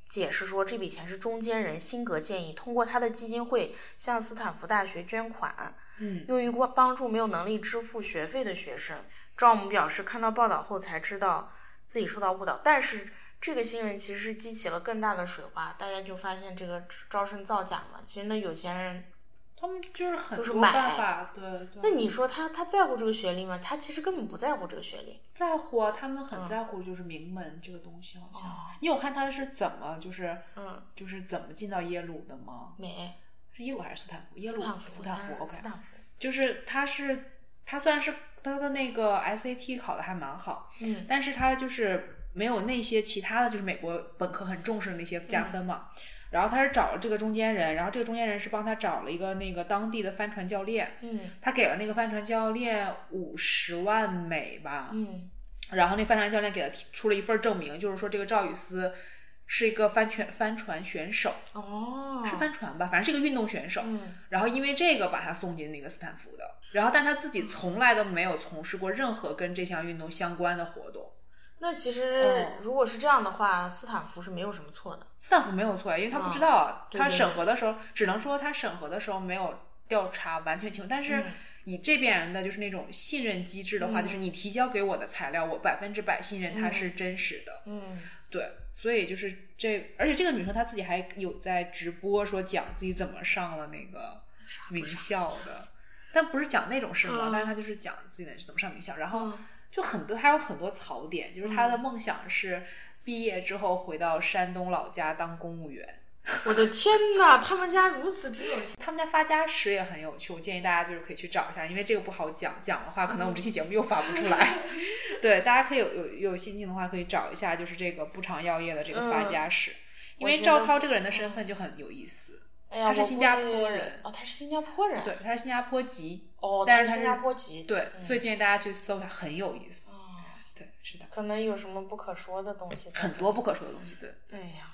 [SPEAKER 4] 解释说，这笔钱是中间人辛格建议通过他的基金会向斯坦福大学捐款，
[SPEAKER 3] 嗯，
[SPEAKER 4] 用于帮帮助没有能力支付学费的学生。赵母表示，看到报道后才知道自己受到误导，但是这个新闻其实激起了更大的水花，大家就发现这个招生造假嘛。其实那有钱人，
[SPEAKER 3] 他们就是很
[SPEAKER 4] 都是
[SPEAKER 3] 多
[SPEAKER 4] 买
[SPEAKER 3] 办法，对对。
[SPEAKER 4] 那你嗯说他他在乎这个学历吗？他其实根本不在乎这个学历。
[SPEAKER 3] 在乎啊？他们很在乎就是名门这个东西，好像、
[SPEAKER 4] 哦
[SPEAKER 3] 你有看他是怎么就是
[SPEAKER 4] 嗯，
[SPEAKER 3] 就是怎么进到耶鲁的吗？
[SPEAKER 4] 美
[SPEAKER 3] 是耶鲁还是斯坦福？耶
[SPEAKER 4] 斯
[SPEAKER 3] 鲁
[SPEAKER 4] 坦福，
[SPEAKER 3] 斯坦
[SPEAKER 4] 嗯
[SPEAKER 3] 福，OK。
[SPEAKER 4] 斯坦福，
[SPEAKER 3] 就是他是他虽然是他的那个 SAT 考的还蛮好，
[SPEAKER 4] 嗯嗯
[SPEAKER 3] 但是他就是没有那些其他的就是美国本科很重视的那些加分嘛。然后他是找了这个中间人，然后这个中间人是帮他找了一个那个当地的帆船教练，
[SPEAKER 4] 嗯
[SPEAKER 3] 他给了那个帆船教练五十万美吧，
[SPEAKER 4] 嗯
[SPEAKER 3] 然后那帆船教练给他提出了一份证明，就是说这个赵雨思是一个帆船帆船选手，
[SPEAKER 4] 哦，
[SPEAKER 3] 是帆船吧，反正是一个运动选手。
[SPEAKER 4] 嗯
[SPEAKER 3] 然后因为这个把他送进那个斯坦福的，然后但他自己从来都没有从事过任何跟这项运动相关的活动。
[SPEAKER 4] 那其实
[SPEAKER 3] 嗯
[SPEAKER 4] 如果是这样的话，斯坦福是没有什么错的。
[SPEAKER 3] 斯坦福没有错，因为他不知道啊，
[SPEAKER 4] 嗯对
[SPEAKER 3] 他
[SPEAKER 4] 对对
[SPEAKER 3] 审核的时候只能说他审核的时候没有调查完全清楚，但是
[SPEAKER 4] 嗯
[SPEAKER 3] 以这边人的就是那种信任机制的话，
[SPEAKER 4] 嗯
[SPEAKER 3] 就是你提交给我的材料，我百分之百信任它是真实的，
[SPEAKER 4] 嗯
[SPEAKER 3] 对，所以就是这，而且这个女生她自己还有在直播说讲自己怎么上了那个名校的，但不是讲那种事嘛，
[SPEAKER 4] 嗯
[SPEAKER 3] 但是她就是讲自己怎么上名校，然后
[SPEAKER 4] 嗯
[SPEAKER 3] 就很多她有很多槽点，就是她的梦想是毕业之后回到山东老家当公务员。
[SPEAKER 4] 我的天哪，他们家如此之有钱。
[SPEAKER 3] 他们家发家史也很有趣，我建议大家就是可以去找一下，因为这个不好讲，讲的话可能我们这期节目又发不出来。对，大家可以有有有心情的话，可以找一下，就是这个不常药业的这个发家史，因为
[SPEAKER 4] 我觉得
[SPEAKER 3] 赵涛这个人的身份就很有意思。
[SPEAKER 4] 哎呀，
[SPEAKER 3] 他是
[SPEAKER 4] 我
[SPEAKER 3] 新
[SPEAKER 4] 估
[SPEAKER 3] 加
[SPEAKER 4] 计
[SPEAKER 3] 坡人
[SPEAKER 4] 哦，他是新加坡人。
[SPEAKER 3] 对，，他是新加坡籍，
[SPEAKER 4] 哦，
[SPEAKER 3] 但
[SPEAKER 4] 是
[SPEAKER 3] 是他
[SPEAKER 4] 新
[SPEAKER 3] 是
[SPEAKER 4] 加坡籍。
[SPEAKER 3] 对，
[SPEAKER 4] 嗯
[SPEAKER 3] 所以建议大家去搜一下，很有意思。
[SPEAKER 4] 哦
[SPEAKER 3] 对，是的，
[SPEAKER 4] 可能有什么不可说的东西。
[SPEAKER 3] 很多。不可说的东西。对，
[SPEAKER 4] 哎呀，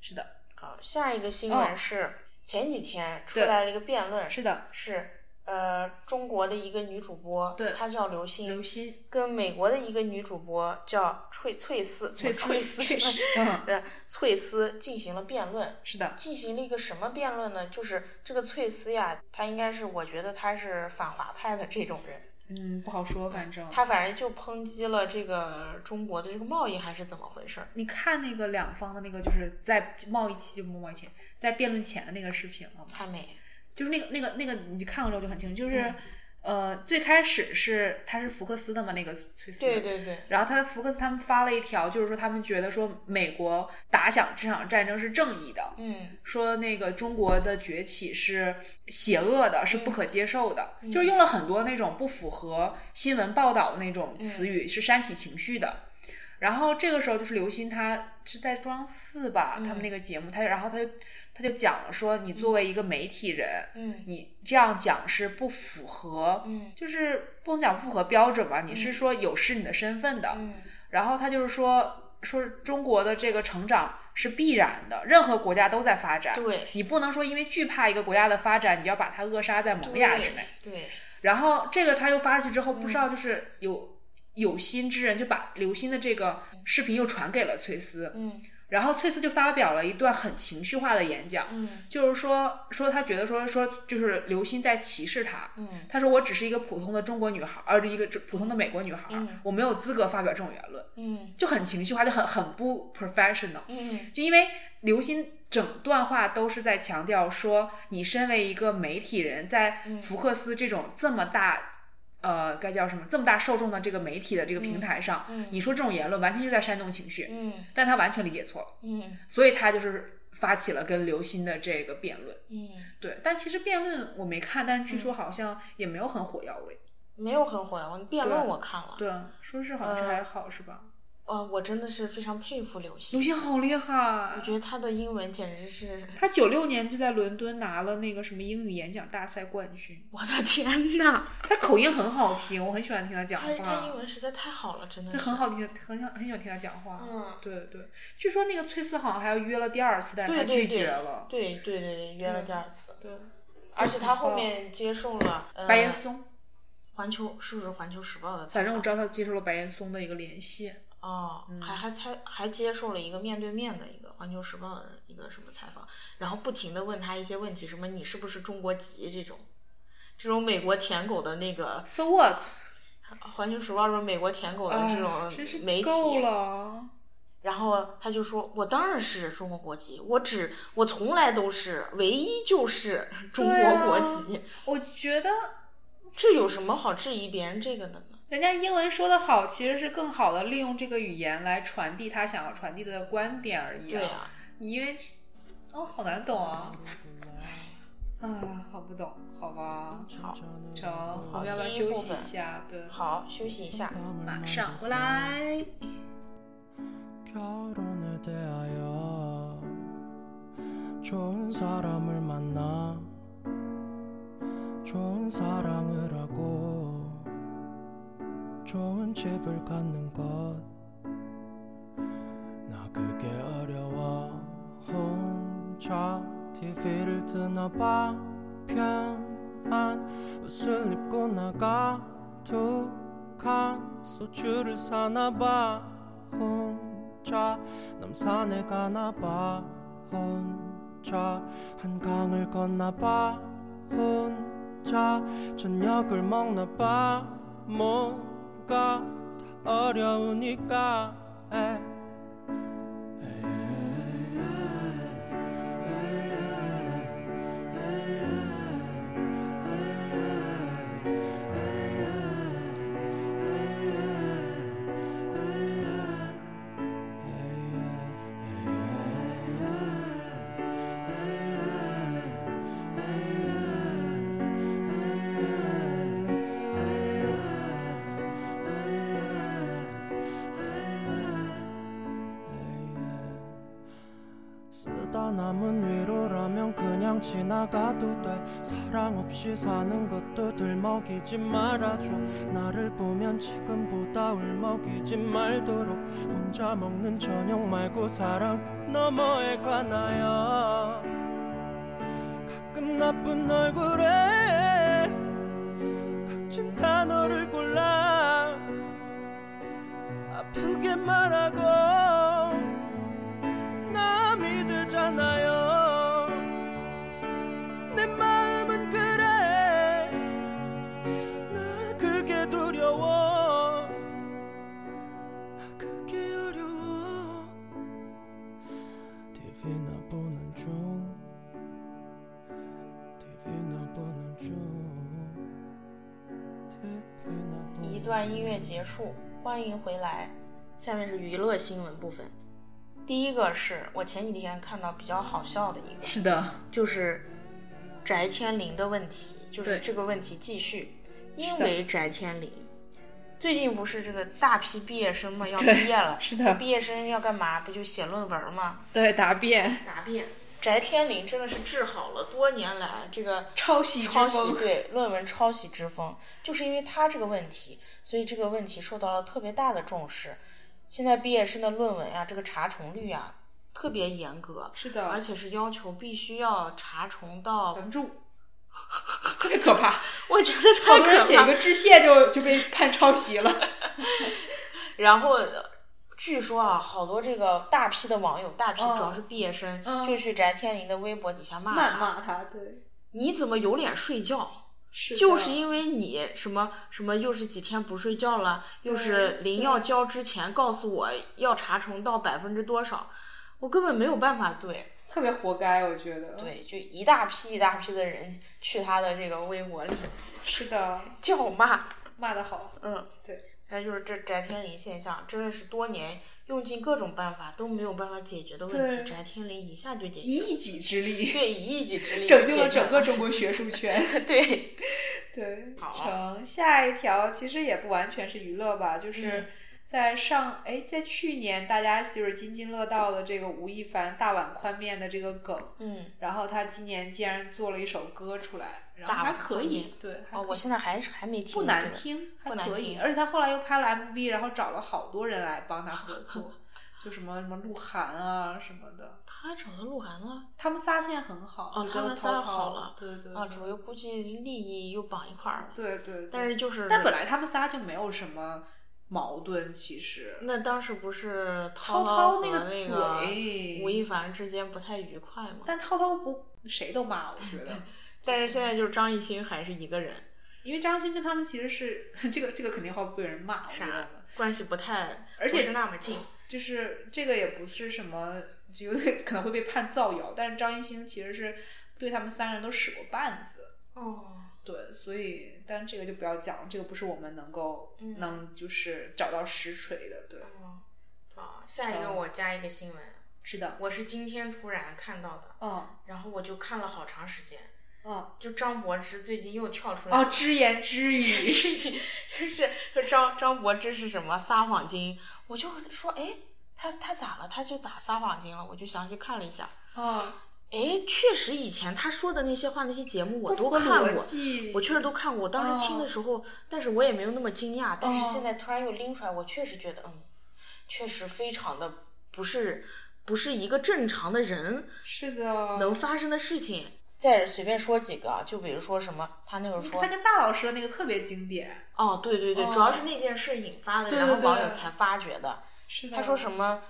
[SPEAKER 3] 是的，
[SPEAKER 4] 好，下一个新闻
[SPEAKER 3] 哦
[SPEAKER 4] 是、前几天出
[SPEAKER 3] 对
[SPEAKER 4] 来了一个辩论，
[SPEAKER 3] 是的，
[SPEAKER 4] 是呃中国的一个女主播，
[SPEAKER 3] 对
[SPEAKER 4] 她叫刘星，
[SPEAKER 3] 刘鑫，
[SPEAKER 4] 跟美国的一个女主播叫翠翠丝，
[SPEAKER 3] 翠
[SPEAKER 4] 什
[SPEAKER 3] 丝
[SPEAKER 4] 么翠 丝，
[SPEAKER 3] 嗯，
[SPEAKER 4] 呃，翠丝进行了辩论。
[SPEAKER 3] 是的，
[SPEAKER 4] 进行了一个什么辩论呢？就是这个翠丝呀，她应该是，我觉得她是反华派的这种人，
[SPEAKER 3] 嗯，不好说，反正
[SPEAKER 4] 她反正就抨击了这个中国的这个贸易还是怎么回事儿。
[SPEAKER 3] 你看那个两方的那个，就是在贸易期就不贸易前，在辩论前的那个视频了吗？
[SPEAKER 4] 太美，
[SPEAKER 3] 就是那个那个那个，你看过之后就很清楚，就是、
[SPEAKER 4] 嗯
[SPEAKER 3] 呃，最开始是他是福克斯的嘛，那个崔斯，
[SPEAKER 4] 对对对，
[SPEAKER 3] 然后他的福克斯他们发了一条，就是说他们觉得说美国打响这场战争是正义的，
[SPEAKER 4] 嗯
[SPEAKER 3] 说那个中国的崛起是邪恶的，是不可接受的，
[SPEAKER 4] 嗯
[SPEAKER 3] 就是用了很多那种不符合新闻报道的那
[SPEAKER 4] 嗯
[SPEAKER 3] 种词语，是煽起情绪的。然后这个时候就是刘鑫，他是在中央四吧，
[SPEAKER 4] 嗯
[SPEAKER 3] 他们那个节目，他然后他就他就讲了说，你作为一个媒体人，
[SPEAKER 4] 嗯
[SPEAKER 3] 你这样讲是不符合，
[SPEAKER 4] 嗯
[SPEAKER 3] 就是不能讲不符合标准吧，你是说有失你的身份的。
[SPEAKER 4] 嗯
[SPEAKER 3] 然后他就是说说中国的这个成长是必然的，任何国家都在发展，
[SPEAKER 4] 对
[SPEAKER 3] 你不能说因为惧怕一个国家的发展，你要把它扼杀在萌芽之内。
[SPEAKER 4] 对嗯对，
[SPEAKER 3] 然后这个他又发出去之后，不知道就是有、有心之人就把刘鑫的这个视频又传给了翠丝，
[SPEAKER 4] 嗯
[SPEAKER 3] 然后翠丝就发表了一段很情绪化的演讲，
[SPEAKER 4] 嗯
[SPEAKER 3] 就是说说他觉得说说就是刘鑫在歧视他。
[SPEAKER 4] 嗯
[SPEAKER 3] 他说：“我只是一个普通的中国女孩，呃，一个普通的美国女孩，
[SPEAKER 4] 嗯
[SPEAKER 3] 我没有资格发表这种言论。”
[SPEAKER 4] 嗯
[SPEAKER 3] 就很情绪化，就很很不 professional。
[SPEAKER 4] 嗯
[SPEAKER 3] 就因为刘鑫整段话都是在强调说，你身为一个媒体人，在
[SPEAKER 4] 嗯
[SPEAKER 3] 福克斯这种这么大。呃，该叫什么？这么大受众的这个媒体的这个平台上，
[SPEAKER 4] 嗯嗯
[SPEAKER 3] 你说这种言论完全就在煽动情绪，
[SPEAKER 4] 嗯
[SPEAKER 3] 但他完全理解错了，
[SPEAKER 4] 嗯
[SPEAKER 3] 所以他就是发起了跟刘鑫的这个辩论。
[SPEAKER 4] 嗯，
[SPEAKER 3] 对，但其实辩论我没看，但是据说好像也没有很火药味。
[SPEAKER 4] 没有很火呀，我辩论
[SPEAKER 3] 对啊
[SPEAKER 4] 我看了，
[SPEAKER 3] 对，说是好像是还好是吧？
[SPEAKER 4] 呃，我真的是非常佩服刘
[SPEAKER 3] 刘
[SPEAKER 4] 星，
[SPEAKER 3] 鑫好厉害，啊
[SPEAKER 4] 我觉得他的英文简直是，
[SPEAKER 3] 他九六年就在伦敦拿了那个什么英语演讲大赛冠军，
[SPEAKER 4] 我的天呐，
[SPEAKER 3] 他口音很好听，我很喜欢听他讲
[SPEAKER 4] 他他英
[SPEAKER 3] 话，
[SPEAKER 4] 文实在太好了，真的
[SPEAKER 3] 就是很，好听，很想很喜欢听他讲话。
[SPEAKER 4] 嗯，
[SPEAKER 3] 对对，据说那个崔斯好像还要约了第二次，但是他
[SPEAKER 4] 对对
[SPEAKER 3] 拒
[SPEAKER 4] 对
[SPEAKER 3] 绝了。
[SPEAKER 4] 对对对对，约了第二次，
[SPEAKER 3] 对，
[SPEAKER 4] 而且他后面接受了呃
[SPEAKER 3] 白岩松，
[SPEAKER 4] 环球是不是环球时报的采
[SPEAKER 3] 反正
[SPEAKER 4] 访
[SPEAKER 3] 我知道他接受了白岩松的一个联系。
[SPEAKER 4] 哦，
[SPEAKER 3] 嗯
[SPEAKER 4] 还还采还接受了一个面对面的一个《环球时报》的一个什么采访，然后不停的问他一些问题，什么你是不是中国籍这种，这种美国舔狗的那个
[SPEAKER 3] So what？
[SPEAKER 4] 《环球时报》说美国舔狗的这
[SPEAKER 3] 哎真
[SPEAKER 4] 种
[SPEAKER 3] 是
[SPEAKER 4] 媒体，
[SPEAKER 3] 够了。
[SPEAKER 4] 然后他就说，我当然是中国国籍，我只我从来都是，唯一就是中
[SPEAKER 3] 对
[SPEAKER 4] 国
[SPEAKER 3] 啊
[SPEAKER 4] 国籍，
[SPEAKER 3] 我觉得
[SPEAKER 4] 这有什么好质疑别人这个的呢？
[SPEAKER 3] 人家英文说的好，其实是更好的利用这个语言来传递他想要传递的观点而已、啊
[SPEAKER 4] 对啊呀、
[SPEAKER 3] 你因为是，哦，好难懂啊！啊，好不懂，好吧，
[SPEAKER 4] 好，
[SPEAKER 3] 成，我
[SPEAKER 4] 好
[SPEAKER 3] 们要不要
[SPEAKER 4] 第一
[SPEAKER 3] 休
[SPEAKER 4] 部
[SPEAKER 3] 息
[SPEAKER 4] 分
[SPEAKER 3] 一下？对，啊
[SPEAKER 4] 好，休息一下。
[SPEAKER 2] 马上回来。
[SPEAKER 5] 결혼에 대하여 좋은 사람을 만나 좋은 사랑을 하고 좋은 집을 갖는 것 나 그게 어려워 혼자 TV를 뜨나 봐 편한 옷을 입고 나가 두칸 소주를 사나 봐 혼자 남산에 가나 봐 혼자 한강을 건나 봐 혼자 저녁을 먹나 봐 뭔가 다 어려우니까 에. 쓰다 남은 위로라면 그냥 지나가도 돼 사랑 없이 사는 것도 들먹이지 말아줘 나를 보면 지금보다 울먹이지 말도록 혼자 먹는 저녁 말고 사랑 너머에 관하여 가끔 나쁜 얼굴에 각진 단어를 골라 아프게 말하고 남이 들잖아요 내 마음은 그래 나 그게 두려워 나 그게 어려워 TV나 보는 중 TV나 보는 중 TV나 보는 중
[SPEAKER 4] 一段音乐结束，欢迎回来。下面是娱乐新闻部分。第一个是我前几天看到比较好笑的一个，
[SPEAKER 2] 是的，
[SPEAKER 4] 就是翟天临的问题，就是
[SPEAKER 2] 对
[SPEAKER 4] 这个问题继续，因
[SPEAKER 2] 是的
[SPEAKER 4] 为翟天临最近不是这个大批毕业生嘛要
[SPEAKER 2] 对
[SPEAKER 4] 毕业了，
[SPEAKER 2] 是的
[SPEAKER 4] 毕业生要干嘛？不就写论文吗？
[SPEAKER 3] 对，答辩
[SPEAKER 4] 答辩。翟天临真的是治好了多年来这个
[SPEAKER 3] 抄袭之
[SPEAKER 4] 抄袭
[SPEAKER 3] 风，
[SPEAKER 4] 对论文抄袭之风，就是因为他这个问题，所以这个问题受到了特别大的重视。现在毕业生的论文啊，这个查重率啊特别严格，
[SPEAKER 3] 是的
[SPEAKER 4] 而且是要求必须要查重到
[SPEAKER 3] 百， 分之 五，特别可怕。
[SPEAKER 4] 我觉得
[SPEAKER 3] 好
[SPEAKER 4] 太
[SPEAKER 3] 多人
[SPEAKER 4] 可
[SPEAKER 3] 写一
[SPEAKER 4] 怕。
[SPEAKER 3] 个致谢就就被判抄袭了。
[SPEAKER 4] 然后呃据说啊，好多这个大批的网友，大批
[SPEAKER 3] 嗯
[SPEAKER 4] 主要是毕业生，
[SPEAKER 3] 嗯
[SPEAKER 4] 就去翟天临的微博底下骂
[SPEAKER 3] 谩
[SPEAKER 4] 他
[SPEAKER 3] 骂他，对，
[SPEAKER 4] 你怎么有脸睡觉？
[SPEAKER 3] 是的
[SPEAKER 4] 就是因为你什么什么又是几天不睡觉了，又是临要交之前告诉我要查重到百分之多少，我根本没有办法对。
[SPEAKER 3] 特别活该，我觉得。，
[SPEAKER 4] 对，就一大批一大批的人去他的这个微博里
[SPEAKER 3] 是的，
[SPEAKER 4] 叫骂，
[SPEAKER 3] 骂得好，
[SPEAKER 4] 嗯，
[SPEAKER 3] 对，
[SPEAKER 4] 还有就是这翟天临现象，真的是多年用尽各种办法都没有办法解决的问题，
[SPEAKER 3] 对
[SPEAKER 4] 翟天临一下就解决，
[SPEAKER 3] 以一己之力
[SPEAKER 4] 对，以一己之力
[SPEAKER 3] 拯救了
[SPEAKER 4] 解决
[SPEAKER 3] 整个中国学术圈。
[SPEAKER 4] 对，
[SPEAKER 3] 对，
[SPEAKER 4] 好
[SPEAKER 3] 成下一条其实也不完全是娱乐吧，就是
[SPEAKER 4] 嗯
[SPEAKER 3] 在上哎，在去年大家就是津津乐道的这个吴亦凡大碗宽面的这个梗，
[SPEAKER 4] 嗯，
[SPEAKER 3] 然后他今年竟然做了一首歌出来，然后
[SPEAKER 4] 大碗
[SPEAKER 3] 还可
[SPEAKER 4] 宽
[SPEAKER 3] 以，对，还可
[SPEAKER 4] 哦，我
[SPEAKER 3] 以
[SPEAKER 4] 现在还是还没听
[SPEAKER 3] 不
[SPEAKER 4] 过
[SPEAKER 3] 难
[SPEAKER 4] 这个，
[SPEAKER 3] 听，还
[SPEAKER 4] 不难
[SPEAKER 3] 可以，
[SPEAKER 4] 听
[SPEAKER 3] 而且他后来又拍了 MV，然后找了好多人来帮他合 作，就什么什么鹿晗啊什么的，
[SPEAKER 4] 他找到鹿晗了。
[SPEAKER 3] 他们仨现在很好，
[SPEAKER 4] 哦
[SPEAKER 3] 就
[SPEAKER 4] 他
[SPEAKER 3] 跟
[SPEAKER 4] 们
[SPEAKER 3] 涛
[SPEAKER 4] 仨
[SPEAKER 3] 涛
[SPEAKER 4] 好了
[SPEAKER 3] 对对
[SPEAKER 4] 啊，
[SPEAKER 3] 对
[SPEAKER 4] 主要估计利益又绑一块儿了。
[SPEAKER 3] 对对，
[SPEAKER 4] 但
[SPEAKER 3] 对
[SPEAKER 4] 是就是，
[SPEAKER 3] 但本来他们仨就没有什么矛盾，其实。
[SPEAKER 4] 那当时不是
[SPEAKER 3] 涛涛
[SPEAKER 4] 涛嗯和
[SPEAKER 3] 那
[SPEAKER 4] 那
[SPEAKER 3] 个
[SPEAKER 4] 个
[SPEAKER 3] 嘴
[SPEAKER 4] 吴亦凡之间不太愉快嘛？
[SPEAKER 3] 但涛涛不谁都骂，我觉 得，
[SPEAKER 4] 但是现在就是张艺兴还是一个人，
[SPEAKER 3] 因为张欣跟他们其实是 这个这个肯定会被人骂，我觉
[SPEAKER 4] 啥
[SPEAKER 3] 得，
[SPEAKER 4] 关系不太，
[SPEAKER 3] 而且
[SPEAKER 4] 不是那么近。
[SPEAKER 3] 就是这个也不是什么，就 有点可能会被判造谣，但是张艺兴其实是对他们三个人都使过绊子，
[SPEAKER 4] 哦，
[SPEAKER 3] 对，所以但这个就不要讲了，这个不是我们能够、
[SPEAKER 4] 嗯
[SPEAKER 3] 能就是找到实锤的，对，
[SPEAKER 4] 啊，下一个我加一个新闻，
[SPEAKER 3] 是的，
[SPEAKER 4] 我是今天突然看到的，
[SPEAKER 3] 嗯
[SPEAKER 4] 然后我就看了好长时间。
[SPEAKER 3] 嗯，
[SPEAKER 4] 就张柏芝最近又跳出来
[SPEAKER 3] 哦，只言 只语，
[SPEAKER 4] 就是说张张柏芝是什么撒谎精，我就说哎，他他咋了？他就咋撒谎精了？我就详细看了一下，
[SPEAKER 3] 嗯，
[SPEAKER 4] 哎，确实以前他说的那些话，那些节目我都
[SPEAKER 3] 不合
[SPEAKER 4] 看
[SPEAKER 3] 逻
[SPEAKER 4] 过，
[SPEAKER 3] 辑
[SPEAKER 4] 我确实都看过。我当时听的时候，但是我也没有那么惊讶。但是
[SPEAKER 3] 哦
[SPEAKER 4] 现在突然又拎出来，我确实觉得，嗯，确实非常的不是不是一个正常的人
[SPEAKER 3] 是的，
[SPEAKER 4] 能发生的事情。再随便说几个啊，就比如说什么，他那个说
[SPEAKER 3] 他，跟大老师的那个特别经典，
[SPEAKER 4] 哦，对对对，
[SPEAKER 3] 哦
[SPEAKER 4] 主要是那件事引发的，
[SPEAKER 3] 对
[SPEAKER 4] 然后
[SPEAKER 3] 对对
[SPEAKER 4] 网友才发觉的。
[SPEAKER 3] 是的，
[SPEAKER 4] 他说什么？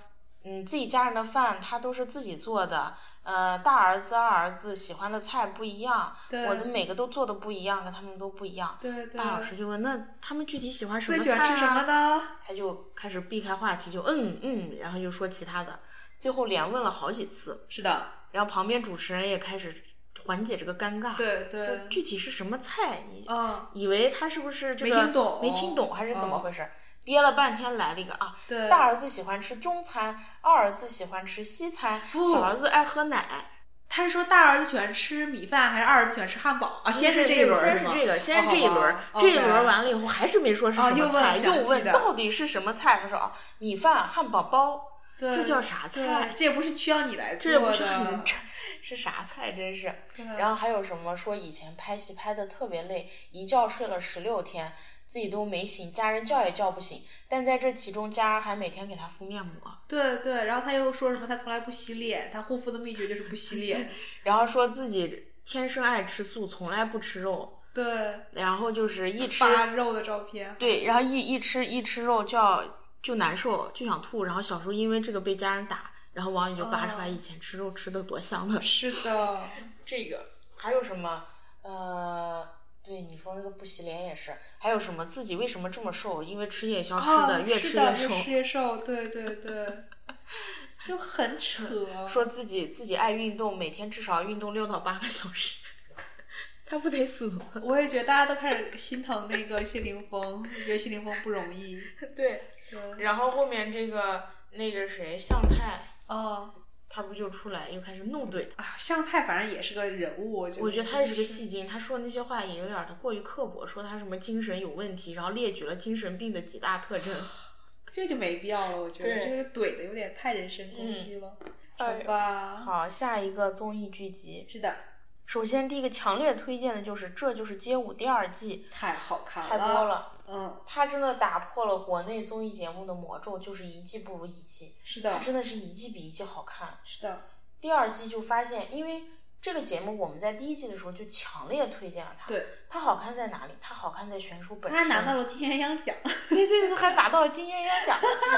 [SPEAKER 4] 嗯，自己家人的饭他都是自己做的，呃，大儿子、二儿子喜欢的菜不一样，
[SPEAKER 3] 对
[SPEAKER 4] 我的每个都做的不一样，跟他们都不一样。
[SPEAKER 3] 对对，
[SPEAKER 4] 大老师就问：“那他们具体喜欢什么
[SPEAKER 3] 最
[SPEAKER 4] 菜、啊？”
[SPEAKER 3] 喜欢吃什么呢？
[SPEAKER 4] 他就开始避开话题，就嗯嗯，然后又说其他的，最后连问了好几次。
[SPEAKER 3] 是的，
[SPEAKER 4] 然后旁边主持人也开始缓解这个尴尬，
[SPEAKER 3] 对
[SPEAKER 4] 就
[SPEAKER 3] 对，
[SPEAKER 4] 具体是什么菜？你
[SPEAKER 3] 嗯，
[SPEAKER 4] 以为他是不是这个
[SPEAKER 3] 没听懂
[SPEAKER 4] 没听懂还是怎么
[SPEAKER 3] 嗯
[SPEAKER 4] 回事？憋了半天来了一个啊，
[SPEAKER 3] 对，
[SPEAKER 4] 大儿子喜欢吃中餐，二儿子喜欢吃西餐，小儿子爱喝
[SPEAKER 3] 啊
[SPEAKER 4] 奶。
[SPEAKER 3] 他是说大儿子喜欢吃米饭，还是二儿子喜欢吃汉堡啊？先是这一轮儿，
[SPEAKER 4] 先
[SPEAKER 3] 是
[SPEAKER 4] 是
[SPEAKER 3] 吗
[SPEAKER 4] 这个，先是这一轮
[SPEAKER 3] 哦，好吧
[SPEAKER 4] 这一轮
[SPEAKER 3] OK
[SPEAKER 4] 完了以后还是没说是什
[SPEAKER 3] 哦
[SPEAKER 4] 么
[SPEAKER 3] 又问
[SPEAKER 4] 菜，
[SPEAKER 3] 了
[SPEAKER 4] 又
[SPEAKER 3] 详细
[SPEAKER 4] 问
[SPEAKER 3] 的
[SPEAKER 4] 到底是什么菜？他说啊，米饭、汉堡包，
[SPEAKER 3] 对
[SPEAKER 4] 这叫啥
[SPEAKER 3] 对
[SPEAKER 4] 菜？
[SPEAKER 3] 这也不是需要你来
[SPEAKER 4] 这
[SPEAKER 3] 做的，
[SPEAKER 4] 也不是很 这是啥菜？真是。
[SPEAKER 3] 对
[SPEAKER 4] 然后还有什么说以前拍戏拍的特别累，一觉睡了十六天，自己都没醒，家人叫也叫不醒，但在这其中，家人还每天给他敷面膜。
[SPEAKER 3] 对对，然后他又说什么他从来不洗脸，他护肤的秘诀就是不洗 脸，
[SPEAKER 4] 然后说自己天生爱吃素，从来不吃肉，
[SPEAKER 3] 对，
[SPEAKER 4] 然后就是一吃
[SPEAKER 3] 发肉的照片，
[SPEAKER 4] 对，然后一一吃一吃肉就要就难受，就想吐。然后小时候因为这个被家人打，然后网友就扒出来
[SPEAKER 3] 哦
[SPEAKER 4] 以前吃肉吃的多香的。
[SPEAKER 3] 是的，
[SPEAKER 4] 这个还有什么？呃，对你说那个不洗脸也是，还有什么自己为什么这么瘦？因为吃夜宵吃
[SPEAKER 3] 啊
[SPEAKER 4] 哦的、越
[SPEAKER 3] 是
[SPEAKER 4] 吃
[SPEAKER 3] 的
[SPEAKER 4] 越瘦
[SPEAKER 3] 越。吃越瘦，对对 对，就很扯，
[SPEAKER 4] 说自己自己爱运动，每天至少运动六到八个小时， 他不得死吗？
[SPEAKER 3] 我也觉得大家都开始心疼那个谢霆锋，觉得谢霆锋不容易。
[SPEAKER 4] 对，
[SPEAKER 3] 对，
[SPEAKER 4] 然后后面这个那个谁向太，
[SPEAKER 3] 嗯，
[SPEAKER 4] 他不就出来又开始怒怼他？
[SPEAKER 3] 啊，向太反正也是个人物，我觉得。
[SPEAKER 4] 我觉得他也是个
[SPEAKER 3] 戏。
[SPEAKER 4] 戏精，他说的那些话也有点儿的过于刻薄，说他什么精神有问题，然后列举了精神病的几大特征。
[SPEAKER 3] 这就没必要了，我觉得
[SPEAKER 4] 对
[SPEAKER 3] 这个怼的有点太人身攻击了，
[SPEAKER 4] 哎
[SPEAKER 3] 好吧？
[SPEAKER 4] 好，下一个综艺剧集，
[SPEAKER 3] 是的，
[SPEAKER 4] 首先第一个强烈推荐的就是《这就是街舞》第二季，
[SPEAKER 3] 太好看了，
[SPEAKER 4] 太多，了，
[SPEAKER 3] 嗯，
[SPEAKER 4] 它真的打破了国内综艺节目的魔咒，就是一季不如一季，
[SPEAKER 3] 是
[SPEAKER 4] 它
[SPEAKER 3] 的，
[SPEAKER 4] 真的是一季比一季好看。
[SPEAKER 3] 是的，
[SPEAKER 4] 第二季就发现，因为这个节目我们在第一季的时候就强烈推荐了它，
[SPEAKER 3] 对，
[SPEAKER 4] 它好看在哪里？它好看在选手本
[SPEAKER 3] 他
[SPEAKER 4] 身。
[SPEAKER 3] 拿到了金鸳鸯奖，
[SPEAKER 4] 对对，他还拿到了金鸳鸯奖。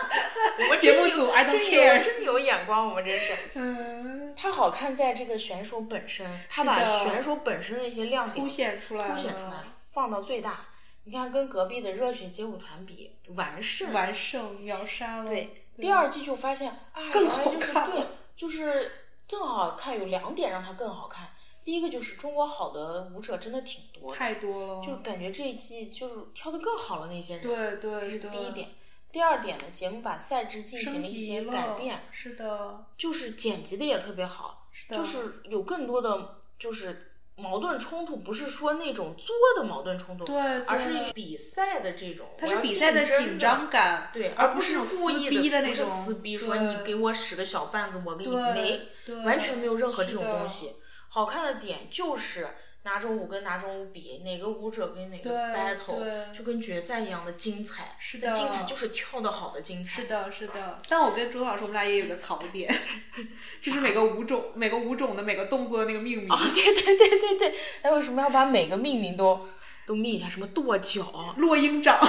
[SPEAKER 4] 我们
[SPEAKER 3] 节
[SPEAKER 4] 真
[SPEAKER 3] 目
[SPEAKER 4] 有
[SPEAKER 3] 组，I don't
[SPEAKER 4] 真有
[SPEAKER 3] care
[SPEAKER 4] 真有眼光，我们真是。
[SPEAKER 3] 嗯，
[SPEAKER 4] 它好看在这个选手本身，它
[SPEAKER 3] 是
[SPEAKER 4] 把
[SPEAKER 3] 的
[SPEAKER 4] 选手本身的一些亮点
[SPEAKER 3] 凸显出来了，
[SPEAKER 4] 凸显出来，放到最大。你看，跟隔壁的热血街舞团比，完胜。
[SPEAKER 3] 完胜秒杀了，
[SPEAKER 4] 对，第二季就发现啊，
[SPEAKER 3] 更
[SPEAKER 4] 原来
[SPEAKER 3] 好
[SPEAKER 4] 就是
[SPEAKER 3] 看
[SPEAKER 4] 对
[SPEAKER 3] 了，
[SPEAKER 4] 就是正好看有两点让它更好看。第一个就是中国好的舞者真的挺多的，
[SPEAKER 3] 太多了，
[SPEAKER 4] 就感觉这一季就是挑的更好了那些人。
[SPEAKER 3] 对
[SPEAKER 4] 这
[SPEAKER 3] 对
[SPEAKER 4] 是
[SPEAKER 3] 对，
[SPEAKER 4] 第一点。第二点呢，节目把赛制进行
[SPEAKER 3] 升
[SPEAKER 4] 了一
[SPEAKER 3] 级
[SPEAKER 4] 些
[SPEAKER 3] 了，
[SPEAKER 4] 改变，
[SPEAKER 3] 是的，
[SPEAKER 4] 就是剪辑的也特别好，
[SPEAKER 3] 是的，
[SPEAKER 4] 就是有更多的就是矛盾冲突，不是说那种作的矛盾冲突，
[SPEAKER 3] 对，对
[SPEAKER 4] 而是比赛的这种，
[SPEAKER 3] 它
[SPEAKER 4] 我
[SPEAKER 3] 是
[SPEAKER 4] 要
[SPEAKER 3] 比赛
[SPEAKER 4] 竞争
[SPEAKER 3] 紧张。感，
[SPEAKER 4] 对，
[SPEAKER 3] 而
[SPEAKER 4] 不
[SPEAKER 3] 不是那种
[SPEAKER 4] 故
[SPEAKER 3] 撕
[SPEAKER 4] 意
[SPEAKER 3] 逼的那
[SPEAKER 4] 不是
[SPEAKER 3] 种
[SPEAKER 4] 撕逼，说
[SPEAKER 3] 对
[SPEAKER 4] 你给我使个小绊子，我给你
[SPEAKER 3] 对
[SPEAKER 4] 没，
[SPEAKER 3] 对，
[SPEAKER 4] 完全没有任何这
[SPEAKER 3] 是
[SPEAKER 4] 种
[SPEAKER 3] 的
[SPEAKER 4] 东西。好看的点就是哪种舞跟哪种舞比，哪个舞者跟哪个
[SPEAKER 3] 对
[SPEAKER 4] battle，
[SPEAKER 3] 对
[SPEAKER 4] 就跟决赛一样的精彩。
[SPEAKER 3] 是
[SPEAKER 4] 那
[SPEAKER 3] 的，
[SPEAKER 4] 精彩就是跳的好的精彩。
[SPEAKER 3] 是的，是的，但我跟朱老师，我们俩也有个槽点， 就是每个舞种、每个舞种的每个动作的那个命名
[SPEAKER 4] 啊、， 对对对对对，那为什么要把每个命名都都命一下？什么跺脚、
[SPEAKER 3] 落鹰掌，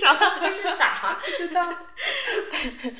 [SPEAKER 4] 啥的都是啥？
[SPEAKER 3] 不知道。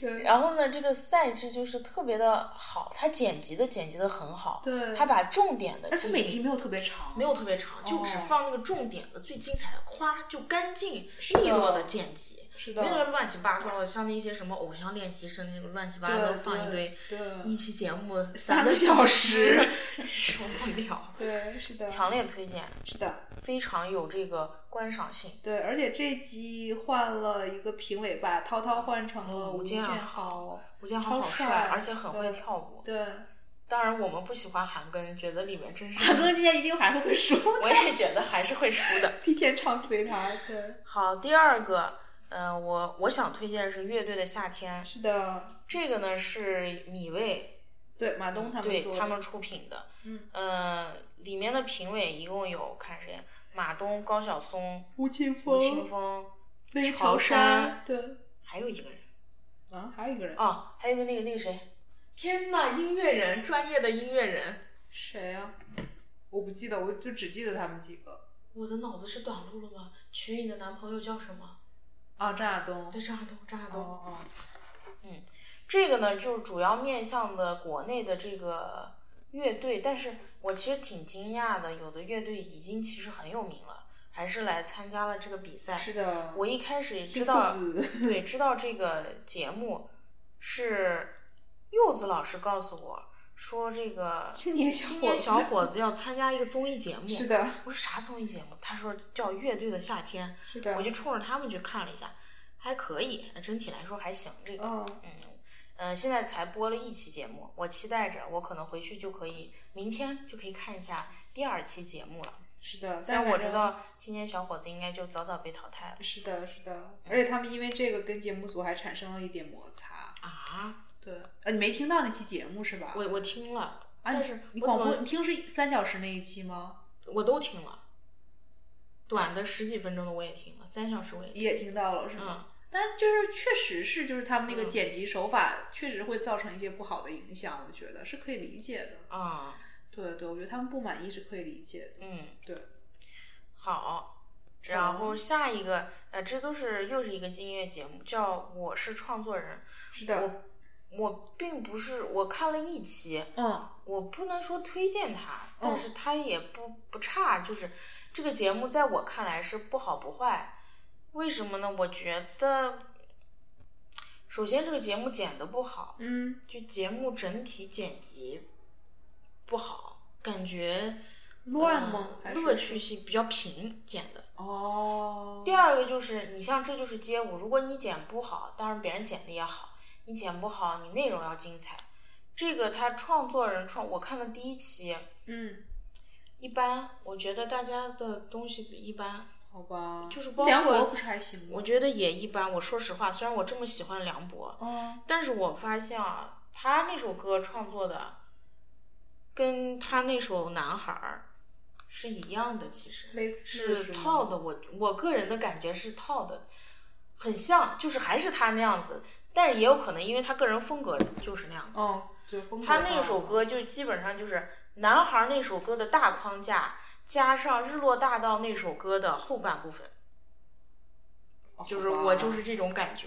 [SPEAKER 3] 对
[SPEAKER 4] 然后呢，这个赛制就是特别的好，它剪辑的剪辑的很好，
[SPEAKER 3] 对，
[SPEAKER 4] 它把重点的
[SPEAKER 3] 而且
[SPEAKER 4] 进
[SPEAKER 3] 每集
[SPEAKER 4] 行
[SPEAKER 3] 没有特别长，
[SPEAKER 4] 没有特别长，就只
[SPEAKER 3] 哦
[SPEAKER 4] 放那个重点的、最精彩的，夸就干净
[SPEAKER 3] 是的
[SPEAKER 4] 利落的剪辑，
[SPEAKER 3] 是
[SPEAKER 4] 没那
[SPEAKER 3] 的，
[SPEAKER 4] 乱七八糟的，像那些什么偶像练习生那种乱七八糟
[SPEAKER 3] 对
[SPEAKER 4] 放一堆，
[SPEAKER 3] 对
[SPEAKER 4] 一期节目
[SPEAKER 3] 三
[SPEAKER 4] 个
[SPEAKER 3] 个
[SPEAKER 4] 小
[SPEAKER 3] 小时，
[SPEAKER 4] 受不了，
[SPEAKER 3] 对，是的，
[SPEAKER 4] 强烈推荐。
[SPEAKER 3] 是的，
[SPEAKER 4] 非常有这个观赏性。
[SPEAKER 3] 对，而且这集换了一个评委，把涛涛换成了
[SPEAKER 4] 哦吴
[SPEAKER 3] 吴
[SPEAKER 4] 建
[SPEAKER 3] 建
[SPEAKER 4] 豪
[SPEAKER 3] 豪，
[SPEAKER 4] 吴建豪好
[SPEAKER 3] 超帅
[SPEAKER 4] 帅，而且很会
[SPEAKER 3] 对
[SPEAKER 4] 跳舞。
[SPEAKER 3] 对，
[SPEAKER 4] 当然，我们不喜欢韩庚，觉得里面真
[SPEAKER 3] 韩
[SPEAKER 4] 是，
[SPEAKER 3] 庚今年一定还是会输，
[SPEAKER 4] 我也觉得还是会输的。
[SPEAKER 3] 提前唱随他，对，
[SPEAKER 4] 好，第二个，呃，我我想推荐的是乐队的夏天，
[SPEAKER 3] 是的，
[SPEAKER 4] 这个呢是米未
[SPEAKER 3] 对马东他们
[SPEAKER 4] 对
[SPEAKER 3] 做的
[SPEAKER 4] 他们出品的，
[SPEAKER 3] 嗯，
[SPEAKER 4] 呃，里面的评委一共有看谁？马东、高晓松、
[SPEAKER 3] 吴青
[SPEAKER 4] 吴青峰，
[SPEAKER 3] 飞
[SPEAKER 4] 潮
[SPEAKER 3] 山
[SPEAKER 4] 山，
[SPEAKER 3] 对
[SPEAKER 4] 还有一个人
[SPEAKER 3] 啊，还有一个人
[SPEAKER 4] 啊，还有一个那个那个谁，天呐，音乐人，专业的音乐人，
[SPEAKER 3] 谁啊呀、我不记得，我就只记得他们几个
[SPEAKER 4] 我的脑子是短路了吗？瞿颖的男朋友叫什么？
[SPEAKER 3] 啊，张亚东，
[SPEAKER 4] 对，张亚东，张亚
[SPEAKER 3] 哦
[SPEAKER 4] 东。
[SPEAKER 3] 哦，
[SPEAKER 4] 这个呢，就主要面向的国内的这个乐队，但是我其实挺惊讶的，有的乐队已经其实很有名了，还是来参加了这个比赛。
[SPEAKER 3] 是的，
[SPEAKER 4] 我一开始也
[SPEAKER 3] 新
[SPEAKER 4] 知
[SPEAKER 3] 裤
[SPEAKER 4] 道，
[SPEAKER 3] 子
[SPEAKER 4] 对，知道这个节目是柚子老师告诉我说，这个
[SPEAKER 3] 青年小
[SPEAKER 4] 青
[SPEAKER 3] 伙
[SPEAKER 4] 年
[SPEAKER 3] 子
[SPEAKER 4] 小伙子要参加一个综艺节 目。
[SPEAKER 3] 是的，
[SPEAKER 4] 我说啥综艺节目？他说叫《乐队的夏天
[SPEAKER 3] 是》，的，
[SPEAKER 4] 我就冲着他们去看了一下，还可以，整体来说还行。这个，
[SPEAKER 3] 嗯，
[SPEAKER 4] 嗯嗯，现在才播了一期节目，我期待着，我可能回去就可以，明天就可以看一下第二期节目了。
[SPEAKER 3] 是的，
[SPEAKER 4] 虽然我
[SPEAKER 3] 反
[SPEAKER 4] 知
[SPEAKER 3] 正
[SPEAKER 4] 道青年小伙子应该就早早被淘汰了
[SPEAKER 3] 是的，是的，而且他们因为这个跟节目组还产生了一点摩擦。
[SPEAKER 4] 啊，
[SPEAKER 3] 对，呃，你没听到那期节目是吧？
[SPEAKER 4] 我我听了，
[SPEAKER 3] 啊，
[SPEAKER 4] 但
[SPEAKER 3] 你
[SPEAKER 4] 是
[SPEAKER 3] 你
[SPEAKER 4] 我怎
[SPEAKER 3] 广
[SPEAKER 4] 么
[SPEAKER 3] 播你听是三小时那一期吗？
[SPEAKER 4] 我都听了，短的十几分钟的我也听了，三小时我也听了。
[SPEAKER 3] 也听到了是
[SPEAKER 4] 嗯
[SPEAKER 3] 吗？，但就是确实是，就是他们那个
[SPEAKER 4] 嗯
[SPEAKER 3] 剪辑手法确实会造成一些不好的影响，我觉得是可以理解的。
[SPEAKER 4] 啊、
[SPEAKER 3] 对对，我觉得他们不满意是可以理解的。
[SPEAKER 4] 嗯，
[SPEAKER 3] 对，
[SPEAKER 4] 好。然
[SPEAKER 3] 嗯
[SPEAKER 4] 后下一个，呃，这都是又是一个音乐节目，叫《我是创作人》。
[SPEAKER 3] 是
[SPEAKER 4] 我，我并不是我看了一期，
[SPEAKER 3] 嗯，
[SPEAKER 4] 我不能说推荐它，
[SPEAKER 3] 哦
[SPEAKER 4] 但是它也不不差，就是这个节目在我看来是不好不坏。为什么呢？我觉得，首先这个节目剪的不好，
[SPEAKER 3] 嗯，
[SPEAKER 4] 就节目整体剪辑不好，感觉
[SPEAKER 3] 乱吗？还
[SPEAKER 4] 嗯
[SPEAKER 3] 是
[SPEAKER 4] 乐趣性比较平剪的。
[SPEAKER 3] 哦，
[SPEAKER 4] 第二个就是你像这就是街舞，如果你剪不好，当然别人剪的也好，你剪不好，你内容要精彩。这个他创作人创，我看了第一期，
[SPEAKER 3] 嗯，
[SPEAKER 4] 一般，我觉得大家的东西一般，
[SPEAKER 3] 好吧，
[SPEAKER 4] 就是包
[SPEAKER 3] 梁博
[SPEAKER 4] 括
[SPEAKER 3] 不是还行吗？
[SPEAKER 4] 我觉得也一般。我说实话，虽然我这么喜欢梁博，
[SPEAKER 3] 嗯，
[SPEAKER 4] 但是我发现啊，他那首歌创作的，跟他那首《男孩》儿是一样的，其实
[SPEAKER 3] 类似的
[SPEAKER 4] 是
[SPEAKER 3] 吗
[SPEAKER 4] 套的。我我个人的感觉是套的，很像，就是还是他那样子，但是也有可能因为他个人风格就是那样子。
[SPEAKER 3] 嗯，就风格
[SPEAKER 4] 他那
[SPEAKER 3] 化
[SPEAKER 4] 首歌就基本上就是《男孩》那首歌的大框架，加上《日落大道》那首歌的后半部分，就是
[SPEAKER 3] 哦好吧
[SPEAKER 4] 我就是这种感觉，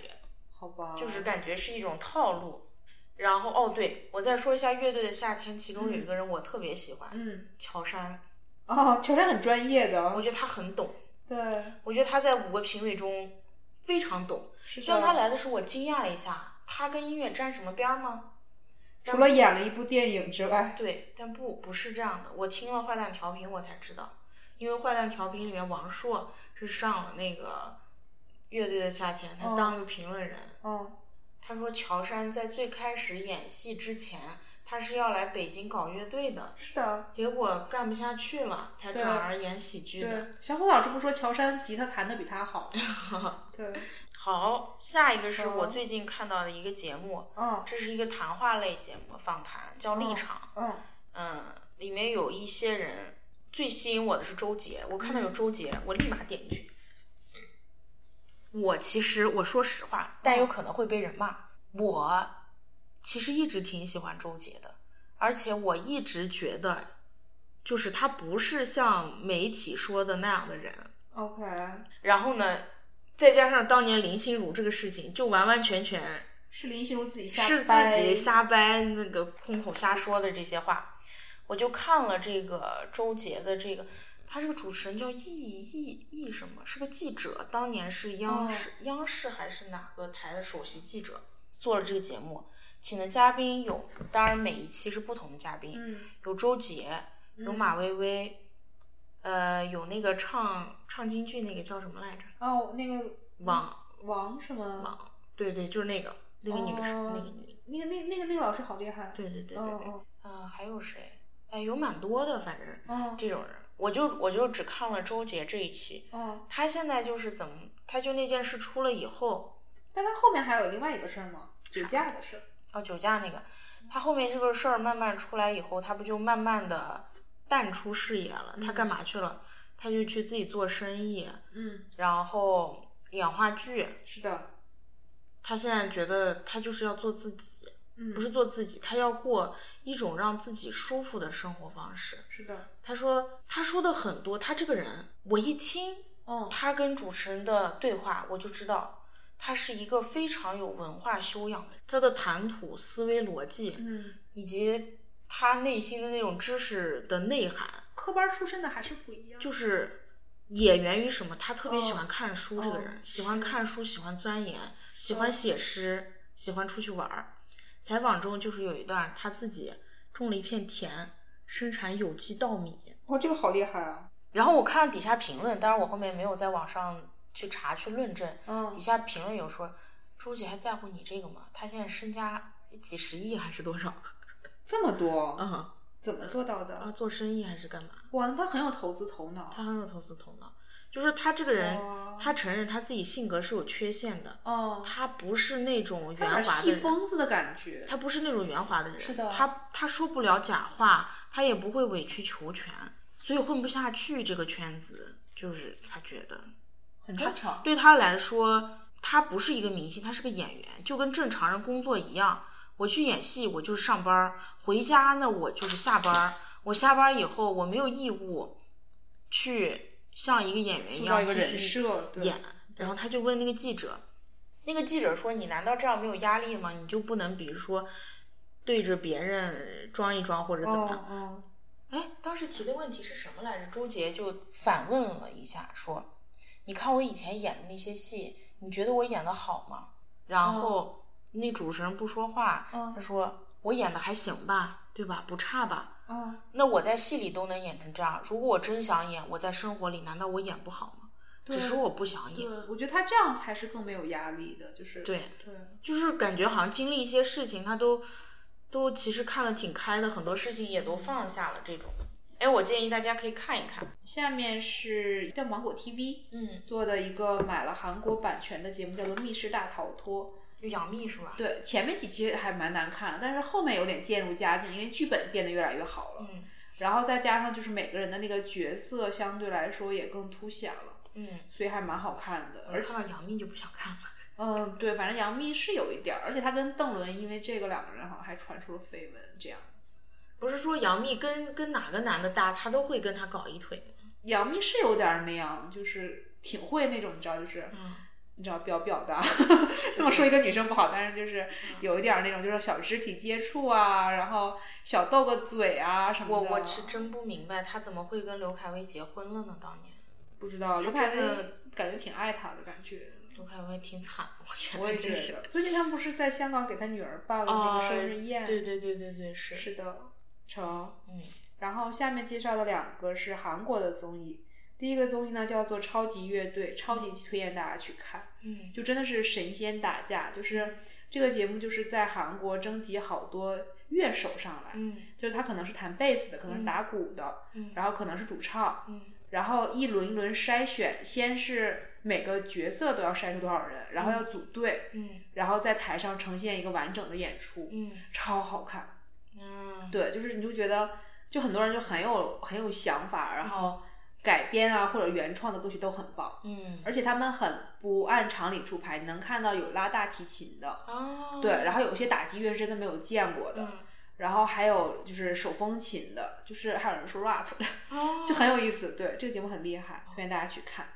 [SPEAKER 3] 好吧，
[SPEAKER 4] 就是感觉是一种套路。然后哦，对我再说一下乐队的夏天，其中有一个人我特别喜欢，
[SPEAKER 3] 嗯
[SPEAKER 4] 乔杉，
[SPEAKER 3] 哦，乔杉很专业的
[SPEAKER 4] 我，觉得他很懂，
[SPEAKER 3] 对，
[SPEAKER 4] 我觉得他在五个评委中非常懂。
[SPEAKER 3] 是
[SPEAKER 4] 虽然他
[SPEAKER 3] 的，
[SPEAKER 4] 来的时候我惊讶了一下，他跟音乐沾什么边儿吗？
[SPEAKER 3] 除了演了一部电影之外，
[SPEAKER 4] 对，但不不是这样的。我听了《坏蛋调频》，我才知道，因为《坏蛋调频》里面王朔是上了那个乐队的夏天，他
[SPEAKER 3] 哦
[SPEAKER 4] 当了个评论人。
[SPEAKER 3] 嗯，
[SPEAKER 4] 他说乔杉在最开始演戏之前，他是要来北京搞乐队的，
[SPEAKER 3] 是的，
[SPEAKER 4] 结果干不下去了，才
[SPEAKER 3] 对
[SPEAKER 4] 转而演喜剧的。
[SPEAKER 3] 对，小虎老师不说乔杉吉他弹的比他好吗， 对，
[SPEAKER 4] 好，下一个是我
[SPEAKER 3] 好
[SPEAKER 4] 最近看到的一个节目，
[SPEAKER 3] 嗯
[SPEAKER 4] 这是一个谈话类节目，访谈叫《立场》。
[SPEAKER 3] 嗯，
[SPEAKER 4] 嗯，里面有一些人最吸引我的是周杰，我看到有周杰，我立马点进去。我其实我说实话，但有可能会被人骂。我其实一直挺喜欢周杰的，而且我一直觉得，就是他不是像媒体说的那样的人。
[SPEAKER 3] ，OK，
[SPEAKER 4] 然后呢，再加上当年林心如这个事情，就完完全全
[SPEAKER 3] 是林心如自己瞎
[SPEAKER 4] 是自
[SPEAKER 3] 掰
[SPEAKER 4] 己瞎掰那个空口瞎说的这些话。我就看了这个周杰的这个，他这个主持人叫易易易什么，是个记者，当年是
[SPEAKER 3] 哦
[SPEAKER 4] 央视、央视还是哪个台的首席记者，做了这个节目，请的嘉宾有，当然每一期是不同的嘉宾，
[SPEAKER 3] 嗯，
[SPEAKER 4] 有周杰，有马薇薇，呃，有那个唱唱京剧那个叫什么来着？
[SPEAKER 3] 哦，那个
[SPEAKER 4] 王，
[SPEAKER 3] 王什么，
[SPEAKER 4] 对对，就是那个那个女生、
[SPEAKER 3] 哦
[SPEAKER 4] 那个女，
[SPEAKER 3] 那个那个那个那个老师好厉害，
[SPEAKER 4] 对对对对对。
[SPEAKER 3] 嗯，
[SPEAKER 4] 呃，还有谁？哎，有蛮多的，反正
[SPEAKER 3] 嗯嗯
[SPEAKER 4] 这种人，我就我就只看了周杰这一期。
[SPEAKER 3] 嗯，
[SPEAKER 4] 他现在就是怎么，他就那件事出了以后，
[SPEAKER 3] 但他后面还有另外一个事儿吗？酒驾的事儿，
[SPEAKER 4] 哦，酒驾那个，他后面这个事儿慢慢出来以后，他不就慢慢的淡出视野了？他干嘛去了？他就去自己做生意，
[SPEAKER 3] 嗯，
[SPEAKER 4] 然后演话剧。
[SPEAKER 3] 是的，
[SPEAKER 4] 他现在觉得他就是要做自己，
[SPEAKER 3] 嗯，
[SPEAKER 4] 不是做自己，他要过一种让自己舒服的生活方式。
[SPEAKER 3] 是的，
[SPEAKER 4] 他说，他说的很多，他这个人，我一听
[SPEAKER 3] 哦，
[SPEAKER 4] 他跟主持人的对话，我就知道他是一个非常有文化修养的人。他的谈吐、思维逻辑，
[SPEAKER 3] 嗯，
[SPEAKER 4] 以及他内心的那种知识的内涵，
[SPEAKER 2] 科班出身的还是不一样。
[SPEAKER 4] 就是也源于什么？他特别喜欢
[SPEAKER 3] 哦
[SPEAKER 4] 看书，这个人、
[SPEAKER 3] 哦
[SPEAKER 4] 喜欢看书，喜欢钻研，喜欢写诗，喜欢出去玩儿。采访中就是有一段他自己种了一片田，生产有机稻米。
[SPEAKER 3] 哇，这个好厉害啊，
[SPEAKER 4] 然后我看了底下评论，当然我后面没有在网上去查去论证，
[SPEAKER 3] 嗯
[SPEAKER 4] 底下评论有说，周姐还在乎你这个吗？她现在身家几十亿还是多少？
[SPEAKER 3] 这么多，
[SPEAKER 4] 啊、
[SPEAKER 3] 怎么做到
[SPEAKER 4] 然后
[SPEAKER 3] 的？
[SPEAKER 4] 做生意还是干嘛？
[SPEAKER 3] 哇，那他很有投资头脑，
[SPEAKER 4] 她很有投资头脑，就是她这个人
[SPEAKER 3] 哦，
[SPEAKER 4] 她承认她自己性格是有缺陷的，
[SPEAKER 3] 哦，
[SPEAKER 4] 她不是那种
[SPEAKER 3] 他有
[SPEAKER 4] 圆
[SPEAKER 3] 点
[SPEAKER 4] 滑
[SPEAKER 3] 戏
[SPEAKER 4] 的人。
[SPEAKER 3] 疯子的感觉，
[SPEAKER 4] 她不是那种圆滑的人，
[SPEAKER 3] 是的
[SPEAKER 4] 她她说不了假话，她也不会委曲求全，所以混不下去这个圈子，就是她觉得，
[SPEAKER 3] 很正常，
[SPEAKER 4] 对他来说，他不是一个明星，他是个演员，就跟正常人工作一样。我去演戏，我就是上班儿；回家呢，我就是下班儿。我下班儿以后，我没有义务去像一个演员一
[SPEAKER 3] 塑造
[SPEAKER 4] 样
[SPEAKER 3] 一个人
[SPEAKER 4] 继续
[SPEAKER 3] 设，对，
[SPEAKER 4] 演。然后他就问那个记者，那个记者说：“你难道这样没有压力吗？你就不能比如说对着别人装一装或者怎么样？”
[SPEAKER 3] 哦哦，
[SPEAKER 4] 哎，当时提的问题是什么来着？周杰就反问了一下，说：“你看我以前演的那些戏，你觉得我演的好吗？”然后、那主持人不说话，
[SPEAKER 3] 嗯
[SPEAKER 4] 他说：“我演的还行吧，对吧？不差吧？
[SPEAKER 3] 哦，
[SPEAKER 4] 那我在戏里都能演成这样，如果我真想演，我在生活里难道我演不好吗？只是我不想
[SPEAKER 3] 对
[SPEAKER 4] 演。，
[SPEAKER 3] 哦我觉得他这样才是更没有压力的，就是
[SPEAKER 4] 对
[SPEAKER 3] 对，
[SPEAKER 4] 就是感觉好像经历一些事情，他都都其实看得挺开的，很多事情也都放下了。这种，哎，我建议大家可以看一看。
[SPEAKER 3] 下面是叫芒果 TV
[SPEAKER 4] 嗯，
[SPEAKER 3] 做的一个买了韩国版权的节目，叫做《密室大逃脱》。
[SPEAKER 4] 就杨幂是吧？
[SPEAKER 3] 对，前面几期还蛮难看的，但是后面有点渐入佳境，因为剧本变得越来越好了，
[SPEAKER 4] 嗯
[SPEAKER 3] 然后再加上就是每个人的那个角色相对来说也更凸显了，
[SPEAKER 4] 嗯，
[SPEAKER 3] 所以还蛮好看的。
[SPEAKER 4] 我
[SPEAKER 3] 而
[SPEAKER 4] 看到杨幂就不想看了。
[SPEAKER 3] 嗯，对，反正杨幂是有一点儿，而且她跟邓伦因为这个两个人好像还传出了绯闻这样子。
[SPEAKER 4] 不是说杨幂跟跟哪个男的搭，她都会跟他搞一腿。
[SPEAKER 3] 杨幂是有点儿那样，就是挺会那种，你知道，就是
[SPEAKER 4] 嗯，
[SPEAKER 3] 你知道表表达， 这么说一个女生不好，但是就是
[SPEAKER 4] 嗯
[SPEAKER 3] 有一点儿那种，就是小肢体接触啊，然后小斗个嘴啊什么
[SPEAKER 4] 我
[SPEAKER 3] 的。
[SPEAKER 4] 我是真不明白她怎么会跟刘恺威结婚了呢？当年
[SPEAKER 3] 不知道，
[SPEAKER 4] 她
[SPEAKER 3] 刘恺威
[SPEAKER 4] 真的
[SPEAKER 3] 感觉挺爱她的感觉。
[SPEAKER 4] 刘恺威挺惨的，我觉得
[SPEAKER 3] 我也觉
[SPEAKER 4] 真是。
[SPEAKER 3] 得，最近他们不是在香港给他女儿办了那
[SPEAKER 4] 哦，
[SPEAKER 3] 个生日宴？
[SPEAKER 4] 对对对对对，是
[SPEAKER 3] 是的，成。
[SPEAKER 4] 嗯，
[SPEAKER 3] 然后下面介绍的两个是韩国的综艺，第一个综艺呢叫做《超级乐队》，超级推荐大家去看。
[SPEAKER 4] 嗯
[SPEAKER 3] 就真的是神仙打架，就是这个节目就是在韩国征集好多乐手上来，
[SPEAKER 4] 嗯
[SPEAKER 3] 就是他可能是弹贝斯的，可能是打鼓的，
[SPEAKER 4] 嗯，
[SPEAKER 3] 然后可能是主唱，
[SPEAKER 4] 嗯
[SPEAKER 3] 然后一轮一轮筛选，先是每个角色都要筛出多少人，然后要组队，
[SPEAKER 4] 嗯
[SPEAKER 3] 然后在台上呈现一个完整的演出，
[SPEAKER 4] 嗯
[SPEAKER 3] 超好看。
[SPEAKER 4] 嗯，
[SPEAKER 3] 对，就是你就觉得，就很多人就很有很有想法，然后改编啊或者原创的歌曲都很棒。
[SPEAKER 4] 嗯
[SPEAKER 3] 而且他们很不按常理出牌，你能看到有拉大提琴的，
[SPEAKER 4] 哦，
[SPEAKER 3] 对，然后有些打击乐是真的没有见过的，
[SPEAKER 4] 嗯
[SPEAKER 3] 然后还有就是手风琴的，就是还有人说 rap 的，
[SPEAKER 4] 哦，
[SPEAKER 3] 就很有意思。对，这个节目很厉害，推荐大家去看。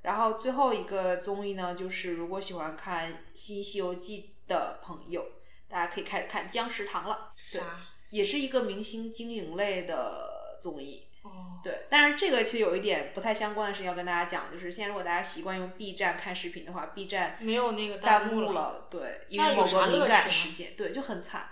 [SPEAKER 3] 然后最后一个综艺呢，就是如果喜欢看《新西游记》的朋友，大家可以开始看《僵尸堂》了，对，
[SPEAKER 4] 啥
[SPEAKER 3] 也是一个明星经营类的综艺。
[SPEAKER 4] 哦，
[SPEAKER 3] 对，但是这个其实有一点不太相关的事情要跟大家讲，就是现在如果大家习惯用 B 站看视频的话，B 站
[SPEAKER 4] 没有那个
[SPEAKER 3] 弹
[SPEAKER 4] 幕
[SPEAKER 3] 幕
[SPEAKER 4] 了
[SPEAKER 3] 了，对，因
[SPEAKER 4] 那
[SPEAKER 3] 为
[SPEAKER 4] 有
[SPEAKER 3] 某
[SPEAKER 4] 啥
[SPEAKER 3] 个
[SPEAKER 4] 乐
[SPEAKER 3] 敏
[SPEAKER 4] 趣
[SPEAKER 3] 感
[SPEAKER 4] 呢
[SPEAKER 3] 事件，对，就很惨。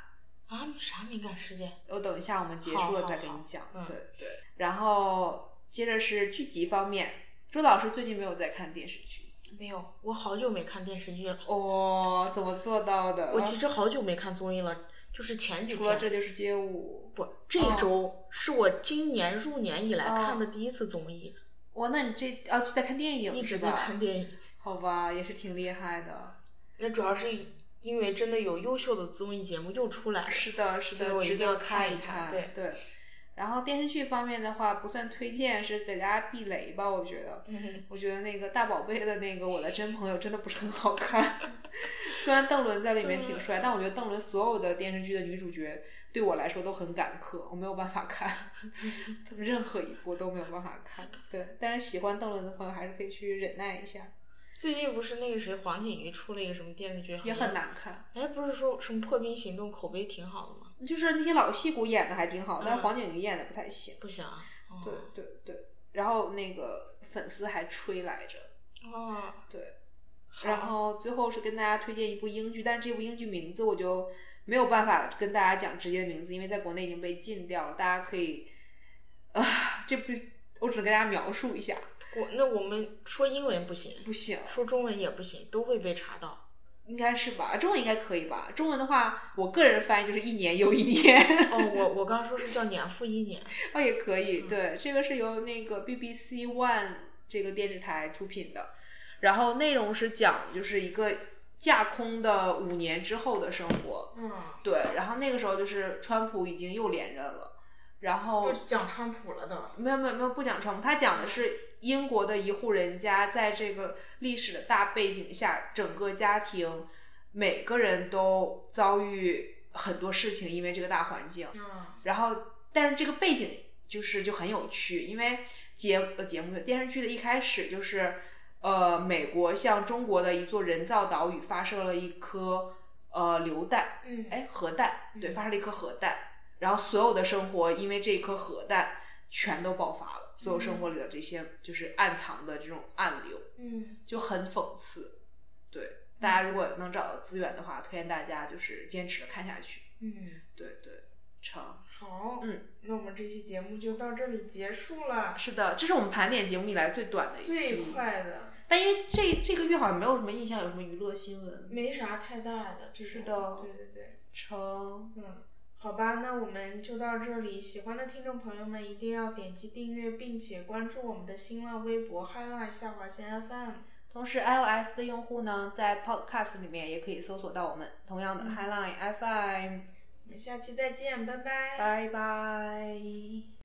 [SPEAKER 4] 啊，啥敏感事件？
[SPEAKER 3] 我等一下我们结
[SPEAKER 4] 好
[SPEAKER 3] 束了
[SPEAKER 4] 好
[SPEAKER 3] 再跟
[SPEAKER 4] 好
[SPEAKER 3] 你讲。
[SPEAKER 4] 嗯
[SPEAKER 3] 对对，然后接着是剧集方面，朱老师最近没有在看电视剧
[SPEAKER 4] 没有，我好久没看电视剧了。
[SPEAKER 3] 哦，怎么做到的？
[SPEAKER 4] 我其实好久没看综艺了，就是前几
[SPEAKER 3] 除了
[SPEAKER 4] 天
[SPEAKER 3] 这就是街舞。
[SPEAKER 4] 不，这一周是我今年入年以来看的第一次综艺，
[SPEAKER 3] 哇，那你这啊在看电影
[SPEAKER 4] 一直
[SPEAKER 3] 是
[SPEAKER 4] 在
[SPEAKER 3] 吧
[SPEAKER 4] 看电影。
[SPEAKER 3] 好吧，也是挺厉害的。
[SPEAKER 4] 那主要是因为真的有优秀的综艺节目又出来了，
[SPEAKER 3] 是的，是
[SPEAKER 4] 所以
[SPEAKER 3] 的，
[SPEAKER 4] 我一
[SPEAKER 3] 值
[SPEAKER 4] 定要
[SPEAKER 3] 得
[SPEAKER 4] 看
[SPEAKER 3] 一
[SPEAKER 4] 一看对
[SPEAKER 3] 对。然后电视剧方面的话，不算推荐，是给大家避雷吧，我觉得。
[SPEAKER 4] 嗯，
[SPEAKER 3] 我觉得那个大宝贝的那个《我的真朋友》真的不是很好看，虽然邓伦在里面挺帅，但我觉得邓伦所有的电视剧的女主角对我来说都很赶客，我没有办法看， 任何一部都没有办法看。对，但是喜欢邓伦的朋友还是可以去忍耐一下，
[SPEAKER 4] 最近不是那个谁黄景瑜出了一个什么电视剧，
[SPEAKER 3] 也很。难看。
[SPEAKER 4] 哎，不是说什么破冰行动口碑挺好的吗？
[SPEAKER 3] 就是那些老戏骨演的还挺好，但
[SPEAKER 4] 嗯
[SPEAKER 3] 是黄景瑜演的不太行。
[SPEAKER 4] 不行啊。哦
[SPEAKER 3] 对对对，然后那个粉丝还吹来着。
[SPEAKER 4] 哦，
[SPEAKER 3] 对，
[SPEAKER 4] 好
[SPEAKER 3] 然后最后是跟大家推荐一部英剧，但是这部英剧名字我就没有办法跟大家讲直接的名字，因为在国内已经被禁掉了。大家可以，啊、这部我只能跟大家描述一下，
[SPEAKER 4] 我那我们说英文不行，
[SPEAKER 3] 不行，
[SPEAKER 4] 说中文也不行，都会被查 到。
[SPEAKER 3] 应该是吧？中文应该可以吧？中文的话，我个人翻译就是一年又一年，
[SPEAKER 4] 哦，我我刚说是叫年复一年，
[SPEAKER 3] 哦，也可以。
[SPEAKER 4] 嗯
[SPEAKER 3] 对，这个是由那个 BBC One 这个电视台出品的，然后内容是讲就是一个架空的五年之后的生活。
[SPEAKER 4] 嗯，
[SPEAKER 3] 对，然后那个时候就是川普已经又连任了，然后
[SPEAKER 4] 就讲川普了的。
[SPEAKER 3] 没有没有没有不讲川普，他讲的是英国的一户人家在这个历史的大背景下，整个家庭每个人都遭遇很多事情，因为这个大环境。
[SPEAKER 4] 嗯
[SPEAKER 3] 然后，但是这个背景就是就很有趣，因为节呃节目的电视剧的一开始就是，呃，美国向中国的一座人造岛屿发射了一颗呃榴弹，
[SPEAKER 4] 嗯，
[SPEAKER 3] 哎，核弹，对，
[SPEAKER 4] 嗯
[SPEAKER 3] 发射了一颗核弹，然后所有的生活因为这一颗核弹全都爆发了，所有生活里的这些就是暗藏的这种暗流，
[SPEAKER 4] 嗯，
[SPEAKER 3] 就很讽刺。对，大家如果能找到资源的话，推荐大家就是坚持的看下去。
[SPEAKER 4] 嗯，
[SPEAKER 3] 对对，成。
[SPEAKER 4] 好，
[SPEAKER 3] 嗯，
[SPEAKER 4] 那我们这期节目就到这里结束了，
[SPEAKER 3] 是的，这是我们盘点节目以来最短的一期，
[SPEAKER 4] 最。快的，
[SPEAKER 3] 但因为这这个月好像没有什么印象，有什么娱乐新闻？
[SPEAKER 4] 没啥太大的，这种
[SPEAKER 3] 是的
[SPEAKER 4] 对对对。
[SPEAKER 3] 成，
[SPEAKER 4] 嗯，好吧，那我们就到这里。喜欢的听众朋友们一定要点击订阅，并且关注我们的新浪微博 “highline 下划线 FM”。
[SPEAKER 3] 同时 iOS 的用户呢，在 Podcast 里面也可以搜索到我们，同样的
[SPEAKER 4] 嗯
[SPEAKER 3] Highline FM，
[SPEAKER 4] 哎我们下期再见，拜拜。
[SPEAKER 3] 拜拜。